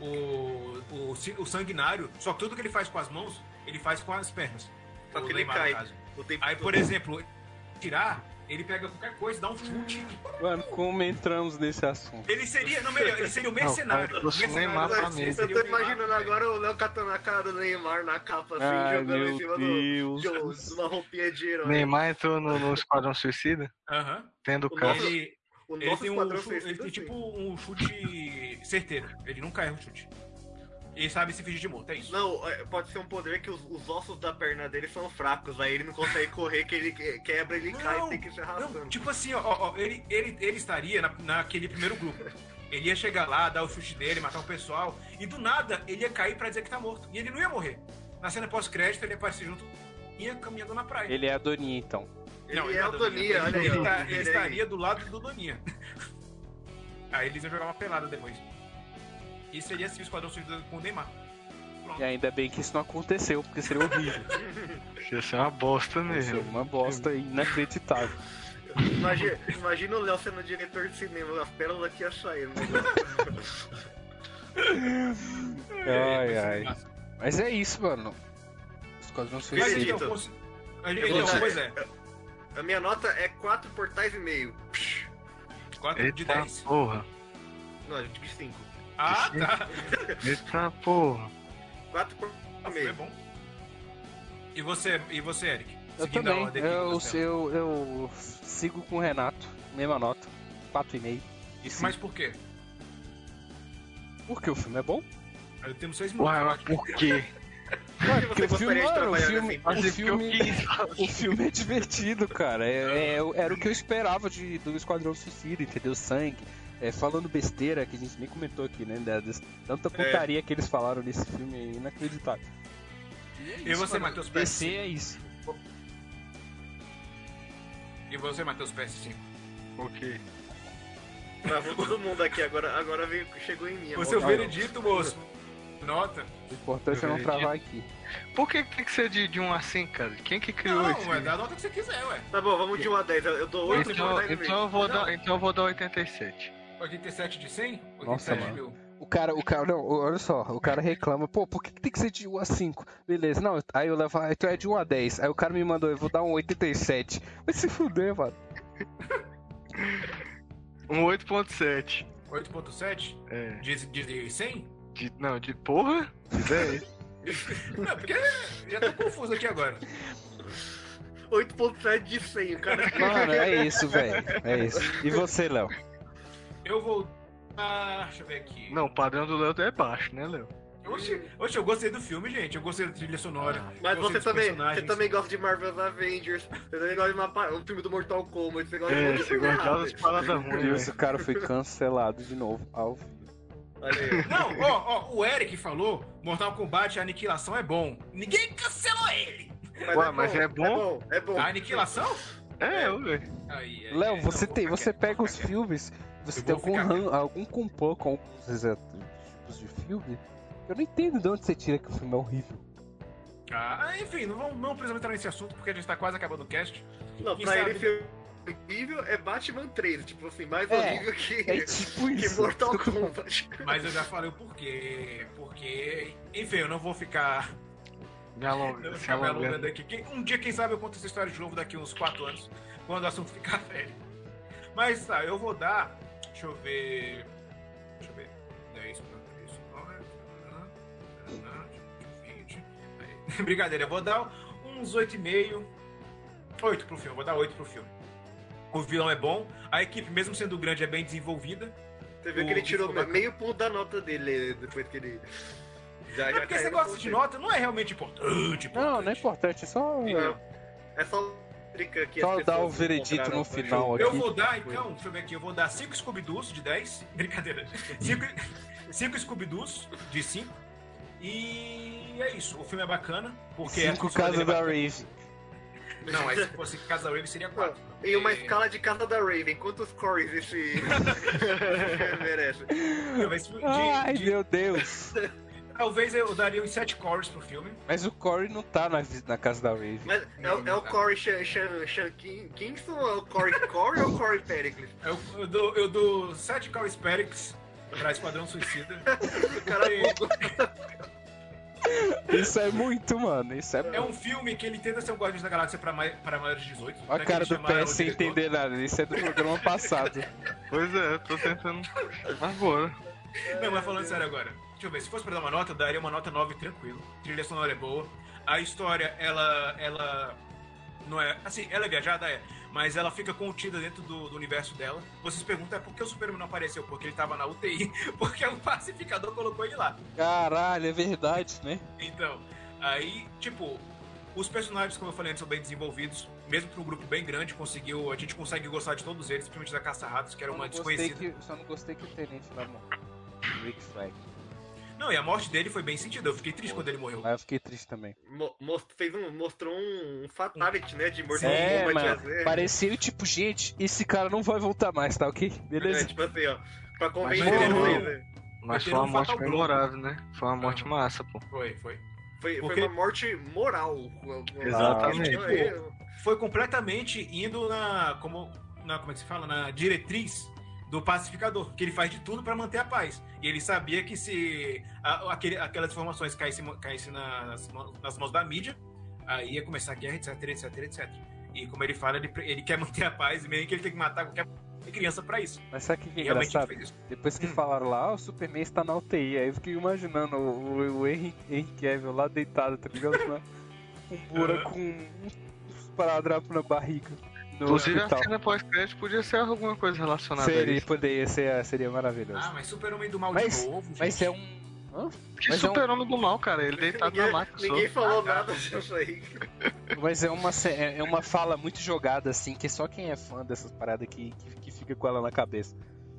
S2: o, o, ci- o sanguinário, só que tudo que ele faz com as mãos, ele faz com as pernas.
S4: Só
S2: O
S4: que ele
S2: Neymar, no
S4: cai.
S2: caso.
S4: O tempo
S2: Aí, por
S4: todo.
S2: exemplo, tirar, ele pega qualquer coisa, dá um chute.
S3: Mano, como entramos nesse assunto?
S2: Ele seria, não, melhor, ele seria o mercenário.
S5: Não, cara,
S2: O mercenário
S5: Neymar
S2: da-
S5: pra
S2: seria
S5: mim.
S2: o
S4: assim, Eu tô
S2: Neymar,
S4: imaginando
S2: cara.
S4: agora o Léo catando a cara do Neymar na capa, assim,
S3: Ai,
S4: jogando em
S3: meu
S4: cima do,
S3: Deus.
S4: de um- de uma roupinha de herói.
S5: Neymar entrou no, no Esquadrão Suicida,
S2: Aham.
S5: tendo
S4: O
S5: cara.
S4: nosso-
S2: Ele,
S4: O
S2: ele
S4: nosso
S2: tem, um,
S4: Esquadrão
S2: chu- ele
S4: Suicida,
S2: tem
S4: assim.
S2: tipo um chute certeiro. Ele nunca erra um chute. Ele sabe se fingir de morto, é isso.
S4: Não, é, pode ser um poder que os, os ossos da perna dele são fracos, aí ele não consegue correr, que ele que- quebra, ele cai e tem que se arrastando.
S2: Não, tipo assim, ó, ó, ó, ele, ele, ele estaria na, naquele primeiro grupo. Ele ia chegar lá, dar o chute dele, matar o pessoal, e do nada ele ia cair pra dizer que tá morto. E ele não ia morrer. Na cena pós-crédito, ele aparece junto e ia caminhando na praia.
S3: Ele é a Doninha, então.
S4: Ele é o Doninha, olha aí.
S2: Ele,
S4: ó.
S2: tá- ele
S4: Ele é-
S2: estaria do lado do Doninha. aí eles iam jogar uma pelada depois. E seria assim o Esquadrão Suicida com o Neymar.
S3: E ainda bem que isso não aconteceu, porque seria (laughs) horrível.
S5: Ia ser é uma bosta
S3: Seria
S5: mesmo.
S3: uma bosta inacreditável.
S4: Imagina, imagina o Léo sendo diretor de cinema, as pérolas que ia sair, né?
S3: Ai,
S2: Mas
S3: ai. Mas é isso, mano. Esquadrão
S2: Mas
S3: Suicida.
S2: então,
S4: Perfeito.
S2: cons-
S4: vou
S2: então
S4: dar-
S2: pois é.
S4: (laughs) A minha nota é 4 portais e meio.
S2: 4 de
S5: Eita
S2: 10.
S5: porra.
S4: Não, é eu digo 5.
S2: Ah, tá.
S5: Eita porra.
S4: 4 portais e
S2: Foi
S4: meio.
S2: é bom. E você, e você Eric?
S3: Eu
S2: Seguindo a
S3: também.
S2: ordem aqui do
S3: Eu,
S2: Marcelo.
S3: eu, eu sigo com o Renato, mesma nota, 4,5. de cinco.
S2: Mas por quê?
S3: Porque o filme é bom?
S2: Eu tenho seis
S5: Ué,
S2: minutos.
S5: mas por quê?
S2: Ah,
S4: Onde você gostaria de
S3: mano, o
S4: trabalhar
S3: filme,
S4: nessa
S5: Mas
S3: o
S5: é porque eu
S3: filme,
S5: quis.
S3: (laughs) o filme é divertido, cara. É, é- era o que eu esperava de, do Esquadrão Suicida, entendeu? Sangue. É, falando besteira que a gente nem comentou aqui, né? da- des-
S2: É.
S3: tanta putaria que eles falaram nesse filme aí, inacreditável.
S2: E você, Matheus
S3: DC
S2: PS5?
S3: é isso.
S2: E você, Matheus PS5?
S5: Ok.
S4: Travou todo mundo aqui, agora, agora veio, chegou em mim. a
S2: é O seu
S4: moral.
S2: veredito, moço. Nota.
S3: O importante é não travar aqui.
S5: Por que que tem que ser de, de um a 100, cara? Quem que criou
S2: Não,
S5: isso?
S2: ué, dá a nota que você quiser, ué.
S4: Tá bom, vamos de 1 a 10. Eu eu dou
S2: é
S4: 8
S5: Então,
S4: e
S5: então, eu vou dar, então eu vou dar 87.
S2: 87 de 100?
S3: Nossa,
S2: 87 mil.
S3: O cara, o cara, não, olha só, o cara reclama, pô, por que, que tem que ser de 1 a 5? Beleza, não, aí eu levo, ah, então é de 1 a 10. Aí o cara me mandou, eu vou dar um 87. Vai se fuder, mano.
S5: Um 8.7.
S2: 8.7?
S5: É.
S2: De, de, de 100?
S5: De, não, de porra? De 10.
S2: Não, porque já tô confuso aqui agora.
S4: 8.7 de 100, o
S2: (laughs)
S4: cara.
S3: Mano, é isso, velho. É isso. E você, Léo?
S2: Eu vou. Ah, deixa eu ver aqui.
S5: não, o padrão do Léo é baixo, né, Léo?
S2: Oxe, oxe, eu gostei do filme, gente. Eu gostei da trilha sonora.
S4: Mas
S2: eu
S4: você
S2: gostei dos
S4: também, você
S2: personagens.
S4: também gosta de Marvel's Avengers, você também gosta de uma, pa- um filme do Mortal Kombat, você gosta de um
S5: É,
S4: monte de
S5: você
S4: coisa
S5: gostava
S4: errada.
S5: das paradas
S3: Por
S5: ruins,
S3: isso,
S5: velho.
S3: o cara foi cancelado de novo ao vivo.
S4: Olha aí.
S2: Não, ó, ó, o Eric falou: Mortal Kombat, a aniquilação é bom. Ninguém cancelou ele.
S5: Ué, mas é bom?
S4: É bom, é bom.
S2: A aniquilação?
S5: É, eu, velho.
S2: Aí, aí,
S3: Léo,
S2: aí,
S3: você
S2: não,
S3: tem,
S2: vou
S3: você
S2: ficar quieto,
S3: pega
S2: vou
S3: os
S2: ficar
S3: filmes, você
S2: Eu
S3: tem
S2: vou
S3: algum
S2: ficar
S3: ran, algum complô com alguns exatos tipos de filme? Eu não entendo de onde você tira que o filme é horrível.
S2: quieto. Ah, enfim, não, vamos, não precisamos entrar nesse assunto porque a gente tá quase acabando o cast.
S4: Não,
S2: Quem
S4: pra
S2: sabe-
S4: ele ser horrível é Batman 3, tipo assim, mais
S3: É,
S4: horrível que,
S3: É tipo
S4: que
S3: isso. (laughs)
S4: Mortal Kombat.
S2: Mas eu já falei o porquê. Porque. Enfim, eu não vou ficar.
S5: Me
S2: Eu não
S5: alonga,
S2: vou
S5: se
S2: ficar me alongando
S5: alongando.
S2: aqui. Quem- Um dia, quem sabe, eu conto essa história de novo daqui uns 4 anos, quando o assunto ficar (laughs) velho. Mas tá, eu vou dar. Deixa eu ver. Deixa eu ver. 10 pra 3, 9, 20. Aí. (laughs) Brincadeira, eu vou dar uns 8,5. 8 pro filme, vou dar 8 pro filme. O vilão é bom, a equipe, mesmo sendo grande, é bem desenvolvida.
S4: Você viu que ele
S2: O-
S4: tirou
S2: o-
S4: meio ponto da nota dele eh, depois que ele. Já,
S2: É
S4: já
S2: porque
S4: caiu no
S2: esse negócio
S4: ponto
S2: de
S4: dele.
S2: nota não é realmente importante.
S3: Não, não é
S2: importante.
S3: importante, é só.
S4: Não, É só trica que
S3: Só
S4: as
S3: dar o
S4: pessoas
S3: veredito
S4: encontraram
S3: no
S4: pra-
S3: final
S2: Eu
S3: aqui.
S2: vou dar, então, deixa eu ver aqui, eu vou dar 5 Scooby-Doos de 10. (laughs) Brincadeira. 5 Scooby-Doos de 5. E é isso. O filme é bacana. Porque a
S3: Cinco
S2: construção
S3: casas
S2: dele é
S3: da
S2: bacana.
S3: Rave.
S2: Não, mas se fosse Casa da Raven seria
S3: (laughs)
S2: 4.
S4: Em uma escala de Casa da Raven, quantos cores esse merece?
S3: Ai, meu Deus.
S2: Talvez eu daria uns 7 cores pro filme.
S3: Mas o Corey não tá na, vi- na casa da Rave.
S4: Mas é, o- é o Corey Shan, Shan, Shan King, Kingston ou é o Corey Corey ou o Corey Pericles?
S2: Eu, eu dou- eu dou 7 cores Perix pra Esquadrão
S3: (laughs)
S2: Suicida.
S4: O cara bugou.
S3: Isso é muito, mano. Isso é.
S2: É um filme que ele tenta ser o Guardiões da Galáxia pra, mai, pra maiores de 18.
S3: Olha
S2: né,
S3: a
S2: que
S3: cara
S2: eles
S3: do
S2: chamaram
S3: PS sem
S2: o diretor.
S3: entender nada. Isso é do programa passado.
S5: Pois é, eu tô tentando agora.
S2: Não, mas falando sério agora. Deixa eu ver, se fosse pra dar uma nota, eu daria uma nota 9 tranquilo. Trilha sonora é boa. A história, ela. ela não é. Assim, ela é viajada, é. Mas ela fica contida dentro do, do universo dela. Vocês perguntam, é por que o Superman não apareceu? Porque ele tava na UTI. (laughs) Porque o pacificador colocou ele lá.
S3: Caralho, é verdade, né?
S2: Então, aí, tipo, os personagens, como eu falei antes, são bem desenvolvidos. Mesmo pra um grupo bem grande, conseguiu. A gente consegue gostar de todos eles, principalmente da Caça-Ratos, que era
S3: Só
S2: uma
S3: não gostei
S2: desconhecida.
S3: que, só não gostei que o Tenente lá morreu. Rick Flag.
S2: Não, e a morte dele foi bem sentida. Eu fiquei triste quando ele morreu.
S3: Mas eu fiquei triste também.
S4: Mo- mos- fez um, mostrou um um fatality, né? De Mortal
S3: É,
S4: Kombat
S3: mano.
S4: às vezes.
S3: Pareceu tipo, gente, esse cara não vai voltar mais, tá ok?
S4: É,
S3: Beleza?
S4: tipo assim, ó. Pra
S5: Mas
S4: convencer
S5: ele não-
S4: ele, né?
S5: Mas
S2: Bateram
S5: foi uma
S2: um
S5: morte
S2: fatal blow.
S5: memorável, né? Foi uma morte massa, pô.
S2: Foi, foi.
S4: Foi, foi
S2: Porque-
S4: uma morte moral. Uma- uma-
S5: Exatamente.
S4: Então, é,
S2: foi completamente indo na como na como é que se fala na diretriz do pacificador que ele faz de tudo para manter a paz e ele sabia que se a- aquele- aquelas informações caíssem caíssem nas, mãos- nas mãos da mídia aí ia começar a guerra etc etc etc e como ele fala ele, pre- ele quer manter a paz e meio que ele tem que matar qualquer criança para isso
S3: Mas sabe o que que é
S2: E realmente ele
S3: engraçado?
S2: fez isso
S3: Depois
S2: Hum.
S3: que falaram lá, "Ah, o Superman está na UTI. Aí eu fiquei imaginando o, o, o Henry, Henry Cavill lá deitado, tá ligado? Lá, com um buraco, com um paradrapo na barriga. No
S5: Inclusive, a
S3: hospital.
S5: cena pós-crédito podia ser alguma coisa relacionada a
S3: Seria,
S5: isso.
S3: poderia ser, seria maravilhoso.
S2: ah mas super homem do mal
S3: Mas-
S2: de novo
S3: Mas
S2: gente.
S3: é um. Hã?
S5: Que
S3: Mas é um-
S5: super-homem do mal, cara. Ele deitado na
S4: ninguém,
S5: maca só.
S4: ninguém falou
S2: Ah, tá.
S4: nada disso aí.
S3: Mas é uma, ce- é é uma fala muito jogada, assim, que só quem é fã dessas paradas que, que, que fica com ela na cabeça.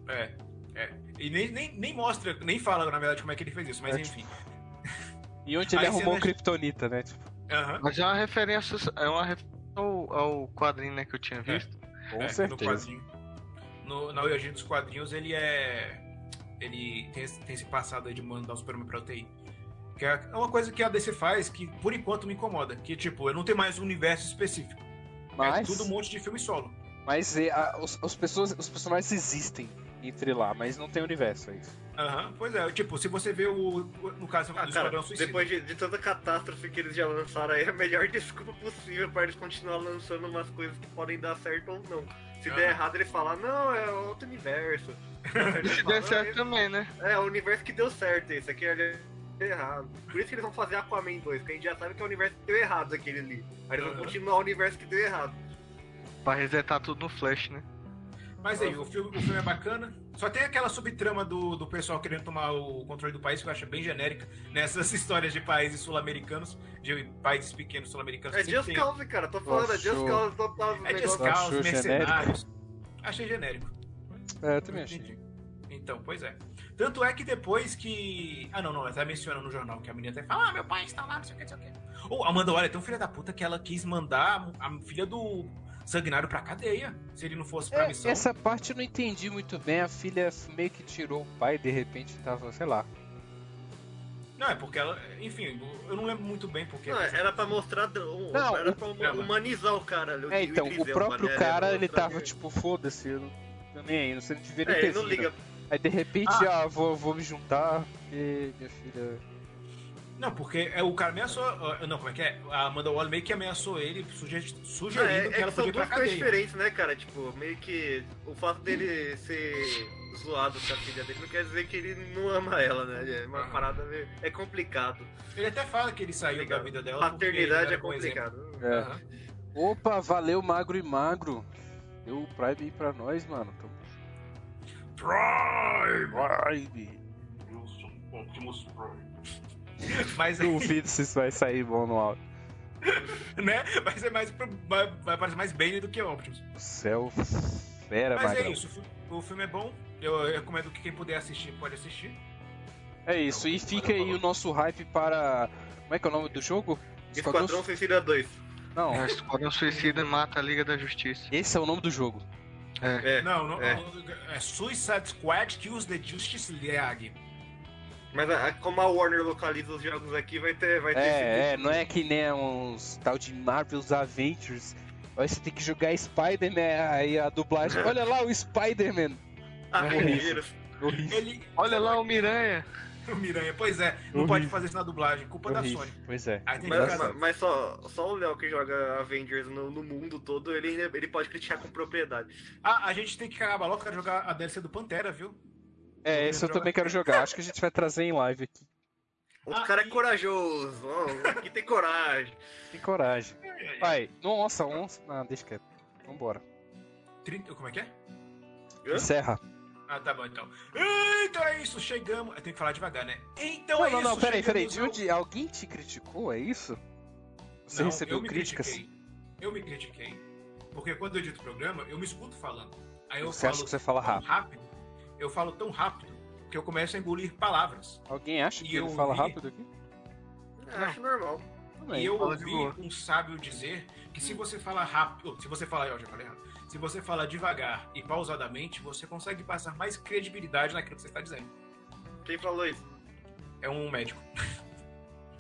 S2: É, é. e nem, nem, nem mostra nem fala na verdade como é que ele fez isso mas
S3: É,
S2: enfim
S3: E onde ele
S2: Aí
S3: arrumou
S2: cenas-
S3: o Kryptonita, né? Tipo,
S2: Aham.
S5: Mas é uma referência, é uma referência ao, ao quadrinho, né, que eu tinha visto.
S3: com
S2: É, no
S3: certeza.
S2: quadrinho. no, na origem dos quadrinhos, ele é. Ele tem, esse- tem esse passado aí de mandar o Superman pra UTI. Que é é uma coisa que a DC faz que, por enquanto, me incomoda. Que, tipo, eu não tenho mais um universo específico. É
S3: Mas,
S2: tudo um monte de filme solo.
S3: mas é, a- os, os pessoas, os personagens existem entre lá, mas não tem universo, é isso.
S2: Aham, pois é. Tipo, se você vê o. No caso,
S4: Ah, cara,
S2: do Esquadrão Suicida.
S4: depois de, de toda a catástrofe que eles já lançaram aí, é a melhor (laughs) desculpa possível pra eles continuar lançando umas coisas que podem dar certo ou não. Se der
S2: Ah.
S4: errado, ele fala, não, é outro
S2: (laughs)
S4: universo. Se der certo, ele
S5: Se der
S4: fala,
S5: certo também, né?
S4: "Não, É, é o universo que deu certo esse aqui, olha, deu errado. Por isso que eles vão fazer Aquaman 2, que a gente já sabe que é o universo que deu errado aquele ali. Aí eles
S2: Aham.
S4: vão continuar o universo que deu errado.
S5: Pra resetar tudo no Flash, né?
S2: Mas aí, o filme, o filme é bacana. Só tem aquela subtrama do, do pessoal querendo tomar o controle do país, que eu acho bem genérica, nessas (laughs) histórias de países sul-americanos, de países pequenos sul-americanos.
S4: É
S2: que sempre
S4: Just
S2: tem-
S4: Cause, cara, tô falando, é Just
S3: Achou.
S4: Cause, total.
S2: É
S4: negócio-
S2: Just Cause,
S3: Achou
S2: mercenários. Achei genérico.
S3: É, eu também achei.
S2: Entendi. Então, pois é. Tanto é que depois que. Ah, não, não, ela tá mencionando no jornal que a menina até fala: Ah, meu pai está lá, não sei o que, não sei o que. Ou a Amanda, olha, tem um filho da puta que ela quis mandar a filha do sanguinário pra cadeia, se ele não fosse pra
S3: É,
S2: missão.
S3: essa parte eu não entendi muito bem. A filha meio que tirou o pai, de repente tava, sei lá.
S2: Não, é porque ela. Enfim, eu não lembro muito bem porque. é
S4: Não, era pra mostrar. dra-
S3: Não,
S4: era pra hum-
S2: drama.
S4: humanizar o cara. ali,
S3: É, então,
S4: Idris
S3: o
S4: Elba, né?
S3: próprio
S4: Era
S3: cara,
S4: pra
S3: ele
S4: mostrar
S3: tava
S4: que-
S3: tipo, foda-se, eu não tô nem aí, você não devia nem
S4: É,
S3: ter
S4: ele não
S3: vindo.
S4: liga.
S3: Aí de repente, ah, vou, vou me juntar, porque minha filha.
S2: Não, porque é, o cara ameaçou. ah, Não, como é que é? A Amanda Waller meio que ameaçou ele, suge-
S4: É,
S2: sugerindo
S4: é,
S2: que ela
S4: que são
S2: podia ir pra
S4: duas coisas
S2: cadeia.
S4: diferentes, né, cara? Tipo, meio que o fato dele ser zoado com a filha dele não quer dizer que ele não ama ela, né? É uma
S2: Aham.
S4: parada meio... É complicado.
S2: Ele até fala que ele saiu
S4: Ligado.
S2: da vida dela. porque ele né, um
S4: Paternidade
S2: era
S4: é
S2: bom exemplo.
S4: complicado.
S3: É.
S2: Aham.
S3: Opa, valeu, magro e magro. Deu o Prime aí pra nós, mano. Então,
S2: Prime!
S3: (laughs) Prime!
S2: Eu sou Optimus Prime. (laughs) Mas, é aí,
S3: Duvido se isso vai sair bom no áudio.
S2: né? Mas é mais. pro- Vai, vai parecer mais Bane do que Optimus.
S3: Céu, fera,
S2: Mas é
S3: magrão.
S2: isso. o fi- O filme é bom. Eu recomendo que quem puder assistir, pode assistir.
S3: É isso, e fica aí o nosso hype para. Como é que é o nome do jogo?
S4: Esquadrão Suicida 2.
S3: Não,
S5: O É, Esquadrão Suicida mata a Liga da Justiça.
S3: esse é o nome do jogo.
S4: É,
S2: Não, não.
S4: é.
S2: É, Suicide Squad Kills the Justice League.
S4: Mas a- a- como a Warner localiza os jogos aqui, vai ter... Vai ter
S3: É, é,
S4: (laughs)
S3: não é que nem uns tal de Marvel's Adventures. Aí você tem que jogar Spider-Man, aí a
S2: É.
S3: dublagem. Olha lá o Spider-Man!
S4: Arrendeiros.
S3: Horrível.
S2: Ele.
S5: Olha lá o Miranha!
S2: O Miranha, pois é, não
S3: Horrível.
S2: pode fazer isso na dublagem, culpa da
S3: horrível.
S2: Sony.
S3: Pois é.
S2: Aí tem que
S4: Mas,
S2: ficar-
S4: mas- mas só, só o Léo que joga Avengers no, no mundo todo, ele, ele pode criticar com propriedade.
S2: Ah, a gente tem que cagar a baloca pra jogar a DLC do Pantera, viu?
S3: É, esse eu também quero jogar. Acho que a gente vai trazer em live aqui.
S4: O
S2: Ah,
S4: cara é
S2: e-
S4: corajoso, ó, aqui tem coragem.
S3: Tem coragem.
S2: É,
S3: Vai, nossa, onça. Ah, deixa quieto. Vambora.
S2: 30, como é que é?
S4: Hã?
S3: Encerra.
S2: Ah, tá bom então. Então é isso, chegamos. Eu tenho que falar devagar, né? Então é
S3: Não,
S2: isso.
S3: não, não, peraí, peraí.
S2: chegamos
S3: De
S2: ao-
S3: onde? Alguém te criticou, é isso? Você
S2: Não, eu
S3: recebeu
S2: me
S3: críticas?
S2: critiquei. Eu me critiquei. Porque quando eu edito o programa, eu me escuto falando. Aí eu
S3: Você
S2: falo
S3: acha que você fala
S2: tão
S3: rápido?
S2: rápido. Eu falo tão rápido que eu começo a engolir palavras.
S3: Alguém acha
S2: E
S3: que
S2: eu
S3: ele fala
S2: vi-
S3: rápido aqui? Ah.
S4: Acho normal.
S3: Também.
S2: e eu
S5: fala de
S2: ouvi
S5: boa.
S2: um sábio dizer que se você falar rápido, se você falar, eu já falei errado, se você falar devagar e pausadamente, você consegue passar mais credibilidade naquilo que você está dizendo.
S4: Quem falou isso?
S2: É um médico.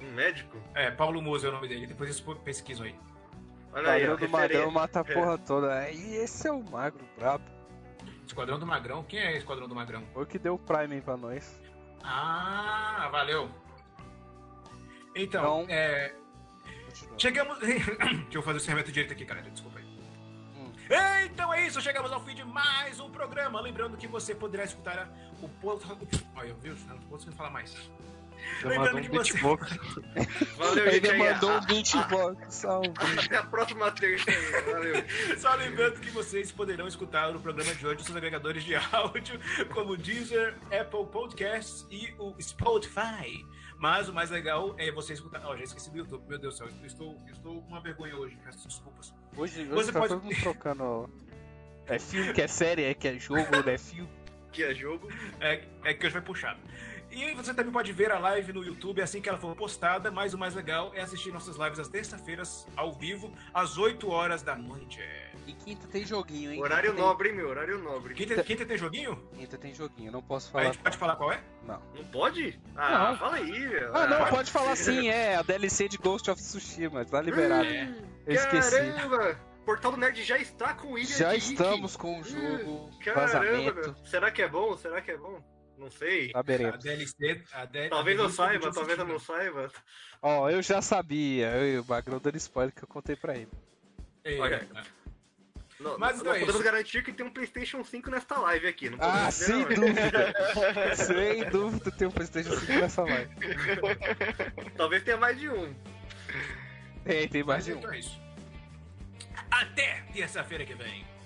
S4: Um médico?
S2: É, Paulo Muso é o nome dele, depois vocês pesquisam aí. É.
S4: Olha aí, ó,
S3: Padrão do Magrão
S4: referência.
S3: mata a porra toda. E esse é o magro brabo.
S2: Esquadrão do Magrão, quem é Esquadrão do Magrão?
S3: Foi o que deu o Prime aí pra nós.
S2: Ah, valeu. Então,
S3: Então,
S2: é,
S3: Continua.
S2: chegamos. (coughs) Deixa eu fazer o encerramento direito aqui, cara. Desculpa aí.
S3: Hum.
S2: Então é isso, chegamos ao fim de mais um programa. Lembrando que você poderá escutar o ponto. Olha, viu? Não consigo falar mais.
S5: Eu
S2: Lembrando
S5: mando um
S2: que você-
S5: beatbox.
S4: Valeu, gente.
S3: Ainda
S4: Aí,
S3: mandou um
S4: a-
S3: beatbox. Salve.
S4: Até a próxima terça aí. Valeu.
S2: Só lembrando que vocês poderão escutar o programa de hoje nos seus agregadores de (laughs) áudio, como o Deezer, Apple Podcasts e o Spotify. Mas o mais legal é você escutar. Ó, já esqueci do YouTube. Meu Deus do céu, eu estou, eu estou com uma vergonha hoje, peço desculpas.
S3: Hoje, hoje
S2: Você
S3: tá
S2: pode- (laughs)
S3: todo mundo trocando. É filme, que é série, é que é jogo, né? é filme.
S4: Que é jogo.
S2: É, é que hoje vai puxar. E você também pode ver a live no YouTube assim que ela for postada, mas o mais legal é assistir nossas lives às terça-feiras, ao vivo, às 8 horas da noite.
S3: E quinta tem joguinho, hein?
S4: Horário
S3: Quinta tem-
S4: nobre, hein, meu? Horário nobre.
S2: Quinta, quinta tem joguinho?
S3: Quinta tem joguinho, não posso
S2: A
S3: falar.
S2: gente pode falar qual é?
S3: Não.
S4: Não pode? Ah,
S3: Não.
S4: fala aí, velho.
S3: Ah, não, pode falar sim, é a DLC de Ghost of Tsushima, tá liberado. Eu esqueci.
S4: Caramba! Portal do Nerd já está com Ilha
S3: Já
S4: de Ike.
S3: estamos com o jogo,
S4: Caramba,
S3: vazamento, Ah,
S4: meu. Será que é bom? Será que é bom? Não sei.
S2: É, A
S3: saberemos.
S2: DLC. A
S3: é,
S2: D-
S4: Talvez
S2: a
S4: eu
S2: DLC
S4: saiba,
S2: do
S4: talvez eu
S2: Jogo
S4: não saiba.
S3: Ó, eu já sabia, eu e o Magrão dando spoiler que eu contei pra ele.
S2: É,
S4: Olha.
S2: é.
S4: Não,
S2: Mas
S4: nós
S2: não é
S4: podemos
S2: isso.
S4: garantir que tem um PlayStation 5 nesta live aqui. Não podemos
S3: Ah,
S4: dizer,
S3: sem
S4: não, velho.
S3: dúvida! sem dúvida tem um Playstation 5 nessa live.
S4: Talvez tenha mais de um.
S3: Tem, tem
S2: Mas
S3: mais de um.
S2: então é isso. Até terça-feira que vem.